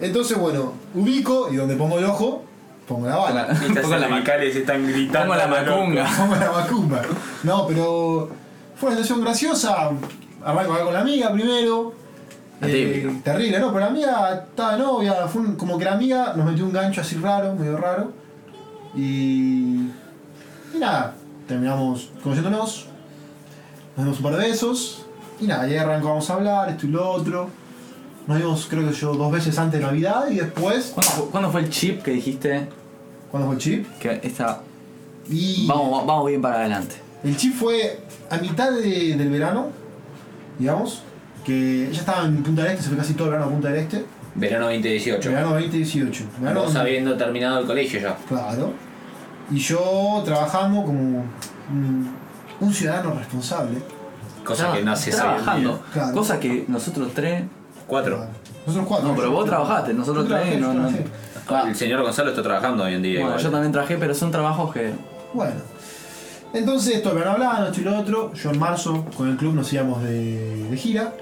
Speaker 3: Entonces, bueno, ubico y donde pongo el ojo, pongo la bala.
Speaker 1: Pongo la maca-
Speaker 5: cervicales están gritando.
Speaker 1: pongo la
Speaker 5: a lo loco.
Speaker 1: macunga.
Speaker 3: Vamos a la macumba. No, pero fue una situación graciosa. Arranco acá con la amiga primero. Eh,
Speaker 1: La típica.
Speaker 3: terrible, ¿no? Pero la amiga estaba de novia, fue un- como que la amiga nos metió un gancho así raro, medio raro. Y. Y nada, terminamos conociéndonos. Nos dimos un par de besos. Y nada, ya arrancamos a hablar, esto y lo otro. Nos vimos, creo que yo, dos veces antes de Navidad y después.
Speaker 1: ¿Cuándo fue, cuándo fue el chip que dijiste
Speaker 3: ¿Cuándo fue el chip?
Speaker 1: que esta...
Speaker 3: Y.
Speaker 1: Vamos, vamos bien para adelante.
Speaker 3: El chip fue a mitad de- del verano, digamos, que ella estaba en Punta del Este, se fue casi todo el verano a Punta del Este.
Speaker 2: Verano 2018.
Speaker 3: Verano 2018. Verano
Speaker 2: Vos habiendo terminado el colegio ya.
Speaker 3: Claro. Y yo trabajando como mm, un ciudadano responsable.
Speaker 2: Cosa que no haces hoy en día.
Speaker 1: Trabajando.
Speaker 3: Claro.
Speaker 1: Cosa que nosotros tres...
Speaker 5: Cuatro.
Speaker 3: Nosotros cuatro.
Speaker 1: No, pero
Speaker 3: Yo-
Speaker 1: vos trabajaste, nosotros
Speaker 3: Yo trabajé,
Speaker 1: tres no,
Speaker 3: yo
Speaker 1: no.
Speaker 3: trabajé.
Speaker 1: Ah,
Speaker 2: El señor Gonzalo está trabajando hoy en día.
Speaker 1: Bueno,
Speaker 2: igual.
Speaker 1: yo también trabajé, pero son trabajos que...
Speaker 3: Bueno. Entonces, esto, el verano hablando, esto y lo otro. Yo en marzo con el club nos íbamos de, de gira.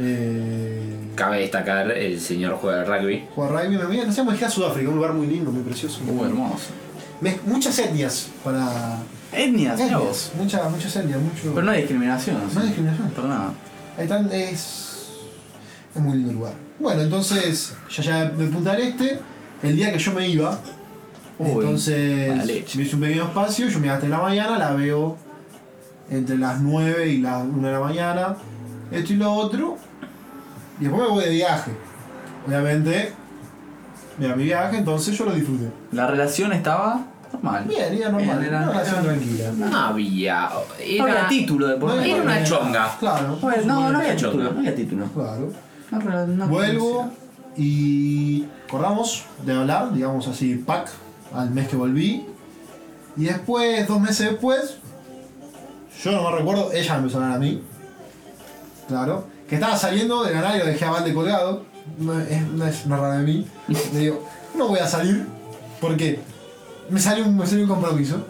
Speaker 3: Eh,
Speaker 2: Cabe destacar, el señor juega al rugby.
Speaker 3: jugar rugby, me voy a- nos íbamos de gira a Sudáfrica, un lugar muy lindo, muy precioso.
Speaker 1: Uh, hermoso.
Speaker 3: Mez- muchas etnias para,
Speaker 1: Etnias, mirá Ah, vos.
Speaker 3: Etnias, mucha, muchas etnias, mucho.
Speaker 1: Pero no hay discriminación.
Speaker 3: No hay discriminación.
Speaker 1: Por nada.
Speaker 3: Ahí están, es. Es muy lindo lugar. Bueno, entonces, ya ya de Punta del Este, el día que yo me iba,
Speaker 1: Uy, mala
Speaker 3: entonces
Speaker 1: leche.
Speaker 3: me hice un pequeño espacio, yo me iba hasta la mañana, la veo entre las 9 y las 1 de la mañana, esto y lo otro, y después me voy de viaje. Obviamente, mira mi viaje, entonces yo lo disfruté.
Speaker 1: La relación estaba normal.
Speaker 3: Bien, era normal,
Speaker 1: Bien, era-
Speaker 3: una relación tranquila.
Speaker 2: No había.
Speaker 1: No había
Speaker 2: Era,
Speaker 1: título de por
Speaker 3: No
Speaker 1: medio.
Speaker 3: había-
Speaker 2: una chonga.
Speaker 3: Claro,
Speaker 1: Bueno, Pues No, no había
Speaker 2: Chonga.
Speaker 1: título. No había título.
Speaker 3: claro.
Speaker 1: No, pero no
Speaker 3: Vuelvo y acordamos de hablar, digamos así, pack, al mes que volví. Y después, dos meses después, yo no me recuerdo, ella me empezó a hablar a mí. Claro. Que estaba saliendo de la y lo dejé a Valde colgado. No es, no es una rara de mí. Le digo, no voy a salir porque me salió un, me salió un compromiso.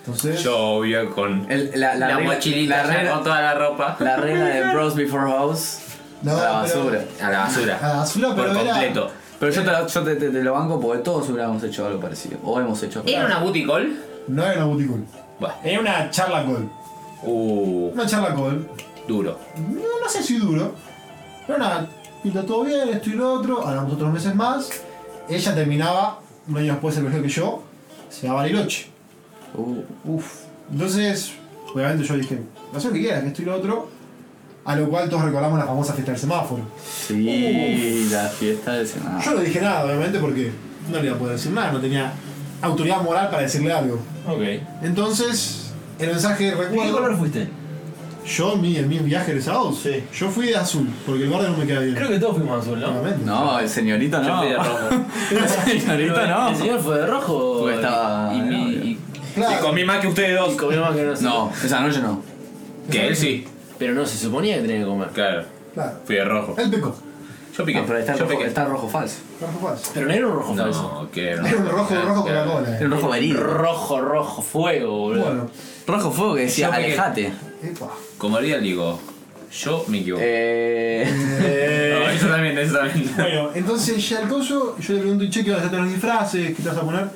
Speaker 3: Entonces,
Speaker 5: Yo obvio con.
Speaker 1: El- la, la
Speaker 2: La,
Speaker 1: regla-
Speaker 2: mochilita
Speaker 1: la
Speaker 2: ya
Speaker 1: regla,
Speaker 2: con toda la ropa.
Speaker 1: la regla de Bros Before House
Speaker 3: No,
Speaker 1: a la
Speaker 3: pero-
Speaker 1: basura.
Speaker 2: A la basura.
Speaker 3: A la basura,
Speaker 2: Por
Speaker 3: pero era-
Speaker 2: completo.
Speaker 1: Pero yo, te, la- yo te, te- te lo banco porque todos hubiéramos hecho algo parecido. O hemos hecho algo
Speaker 2: ¿Era una booty call?
Speaker 3: no era una booty call.
Speaker 2: Bueno.
Speaker 3: Era una charla call.
Speaker 2: Uh,
Speaker 3: Una charla call.
Speaker 2: duro.
Speaker 3: no, no sé si duro. Pero nada, pinta todo bien, esto y lo otro, hablamos otros meses más. Ella terminaba un año después el colegio que yo, se va a Bariloche.
Speaker 1: Uh,
Speaker 3: Uf. Entonces, obviamente yo dije, haz lo que quieras, que esto y lo otro. A lo cual todos recordamos la famosa fiesta del semáforo.
Speaker 1: sí, la fiesta del Senado.
Speaker 3: Yo no dije nada, obviamente, porque no le iba a poder decir nada, no tenía autoridad moral para decirle algo.
Speaker 9: Ok.
Speaker 3: Entonces, el mensaje
Speaker 9: ¿De qué
Speaker 3: recuerdo.
Speaker 9: color fuiste?
Speaker 3: Yo, en mi, en mi viaje egresado,
Speaker 5: Sí.
Speaker 3: yo fui de azul, porque el verde no me queda bien.
Speaker 9: Creo que todos fuimos azul, ¿no?
Speaker 3: Obviamente.
Speaker 1: No, el señorito
Speaker 2: Yo
Speaker 1: no.
Speaker 2: fui de rojo.
Speaker 1: el señorito no.
Speaker 9: El señor fue de rojo.
Speaker 1: Porque estaba-
Speaker 9: Y, y-
Speaker 5: Y
Speaker 3: Claro.
Speaker 5: comí más que ustedes
Speaker 9: y
Speaker 5: dos.
Speaker 9: comió más que no sé.
Speaker 1: No, esa noche no.
Speaker 2: Que él sí.
Speaker 9: Pero no se suponía que tenía que comer.
Speaker 2: Claro.
Speaker 3: Claro.
Speaker 2: Fui de rojo.
Speaker 3: Él pecó.
Speaker 2: Yo piqué.
Speaker 1: No, Ah, pero está
Speaker 2: yo
Speaker 1: rojo,
Speaker 2: piqué.
Speaker 1: está rojo falso.
Speaker 3: Rojo falso.
Speaker 9: Pero no era un rojo falso.
Speaker 2: No, que
Speaker 3: Era un rojo, rojo con la cola.
Speaker 1: Era
Speaker 3: eh.
Speaker 1: un rojo verídico.
Speaker 9: Rojo, rojo, fuego, boludo.
Speaker 3: Bueno,
Speaker 1: Rojo fuego que decía,
Speaker 2: Yo pegué.
Speaker 1: alejate.
Speaker 3: epa.
Speaker 2: Como diría, digo, yo me equivoco.
Speaker 1: Eh,
Speaker 2: No, eso también, eso también.
Speaker 3: Bueno, entonces ya el coso, yo le pregunto, che, ¿qué vas a hacer los disfraces? ¿Qué te vas a poner?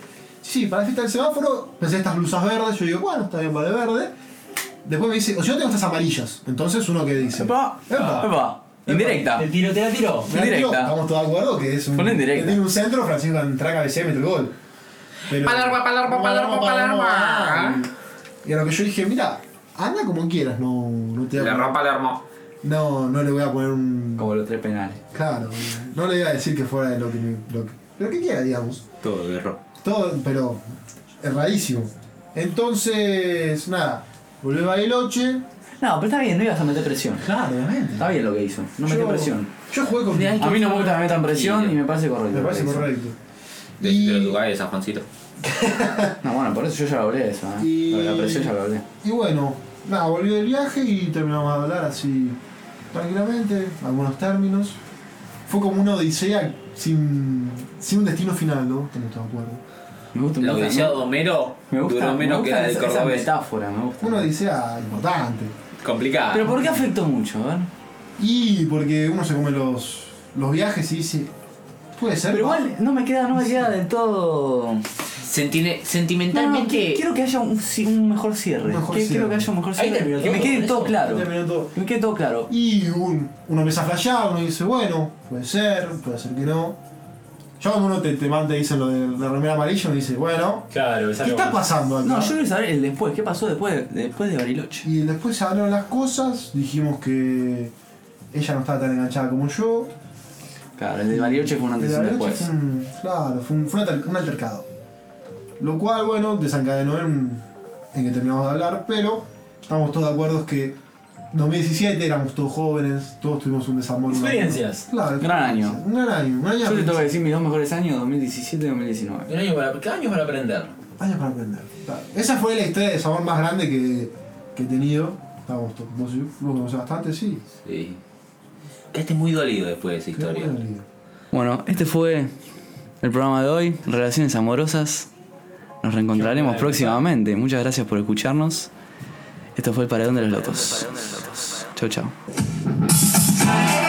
Speaker 3: Sí, para la fiesta del semáforo pensé estas blusas verdes, yo digo, bueno, está bien, va de verde. Después me dice, o si no tengo estas amarillas. Entonces uno que dice.
Speaker 1: epa,
Speaker 3: Epa.
Speaker 1: epa, indirecta.
Speaker 9: El tiro te la tiró.
Speaker 3: Mirá, tío,
Speaker 1: indirecta.
Speaker 3: Estamos todos de acuerdo que es un.
Speaker 1: Fue una indirecta.
Speaker 3: que tiene un centro, Francisco entra a mete el gol. Pero-
Speaker 6: Palermo, Palermo, Palermo, Palermo.
Speaker 3: Y a lo que yo dije, mira, anda como quieras, no, no te voy a
Speaker 2: La
Speaker 3: poner-
Speaker 2: ropa la armó.
Speaker 3: No, no le voy a poner un.
Speaker 1: Como los tres penales.
Speaker 3: Claro, no le iba a decir que fuera de lo que, lo que, lo que quiera, digamos.
Speaker 2: Todo de rojo.
Speaker 3: Todo, pero erradísimo. Entonces, nada, volví a Bariloche.
Speaker 1: No, pero está bien, no ibas a meter presión.
Speaker 3: Claro, obviamente.
Speaker 1: Está bien lo que hizo, no metió presión.
Speaker 3: Yo jugué con.
Speaker 1: A mí no me gusta que metan presión y me parece correcto.
Speaker 3: me
Speaker 1: lo que
Speaker 3: parece
Speaker 1: hizo.
Speaker 3: correcto. Y,
Speaker 2: Decítelo tu cabeza, Juancito.
Speaker 1: No, bueno, por eso yo ya lo hablé de eso, ¿eh?
Speaker 3: Y-
Speaker 1: Lo de La presión ya lo hablé.
Speaker 3: y bueno, nada, volví del viaje y terminamos de hablar así. tranquilamente, algunos términos. Fue como una odisea sin, sin un destino final, ¿no? Que no estoy de acuerdo.
Speaker 1: Me gusta
Speaker 2: La
Speaker 1: me gusta,
Speaker 2: odisea de Homero
Speaker 1: me gusta,
Speaker 2: duró
Speaker 1: me
Speaker 2: menos que
Speaker 1: gusta
Speaker 2: la del
Speaker 1: esa, esa
Speaker 2: cordobés.
Speaker 1: metáfora, me gusta.
Speaker 3: Una odisea importante.
Speaker 2: Complicada.
Speaker 1: Pero ¿por qué afectó mucho? A ver.
Speaker 3: Y porque uno se come los, los viajes y dice, puede ser.
Speaker 1: Pero
Speaker 3: pa".
Speaker 1: igual no me queda, no me queda del todo. No,
Speaker 2: Sentine-
Speaker 1: no,
Speaker 2: sentimentalmente.
Speaker 1: que- quiero que haya un, ci- un mejor cierre.
Speaker 3: Un mejor
Speaker 1: Que- Quiero
Speaker 3: cierre.
Speaker 1: que haya un mejor
Speaker 4: Ahí
Speaker 1: cierre.
Speaker 4: terminó
Speaker 1: Que me
Speaker 4: todo,
Speaker 1: quede
Speaker 4: con
Speaker 1: todo
Speaker 4: eso.
Speaker 1: claro.
Speaker 3: Terminó todo.
Speaker 1: Que me quede todo claro.
Speaker 3: Y un- uno empieza a flashear, uno dice, bueno, puede ser, puede ser que no. Ya cuando uno te, te manda y dice lo de la remera amarilla, uno dice, bueno,
Speaker 4: Claro, es
Speaker 3: ¿qué
Speaker 4: algo
Speaker 3: está
Speaker 4: más.
Speaker 3: pasando acá?
Speaker 1: No, yo quiero saber el después. ¿Qué pasó después, después de Bariloche?
Speaker 3: Y después se hablaron las cosas, dijimos que ella no estaba tan enganchada como yo.
Speaker 1: Claro, el de Bariloche fue un antes y
Speaker 3: Pero
Speaker 1: un
Speaker 3: la noche
Speaker 1: después.
Speaker 3: fue un- claro, fue un, fue un alter- un altercado. Lo cual, bueno, desencadenó en, en que terminamos de hablar, pero estamos todos de acuerdo que 2017 éramos todos jóvenes, todos tuvimos un desamor. una-
Speaker 9: Experiencias.
Speaker 3: Claro,
Speaker 1: Gran año.
Speaker 3: Un gran año, un año,
Speaker 1: Yo te tengo
Speaker 3: para-
Speaker 1: que decir mis dos mejores años, 2017 y 2019.
Speaker 9: Un año para, cada año para aprender.
Speaker 3: año para aprender. Claro. Esa fue la historia de desamor más grande que, que he tenido. Estábamos todos, vos, y yo- vos conocés bastante, sí.
Speaker 2: Sí. Quedaste muy dolido después de esa
Speaker 3: Qué
Speaker 2: historia.
Speaker 3: buena vida.
Speaker 1: Bueno, este fue el programa de hoy, Relaciones Amorosas. Nos reencontraremos próximamente. Muchas gracias por escucharnos. Esto fue el Paredón de los Lotos. Chau, chau.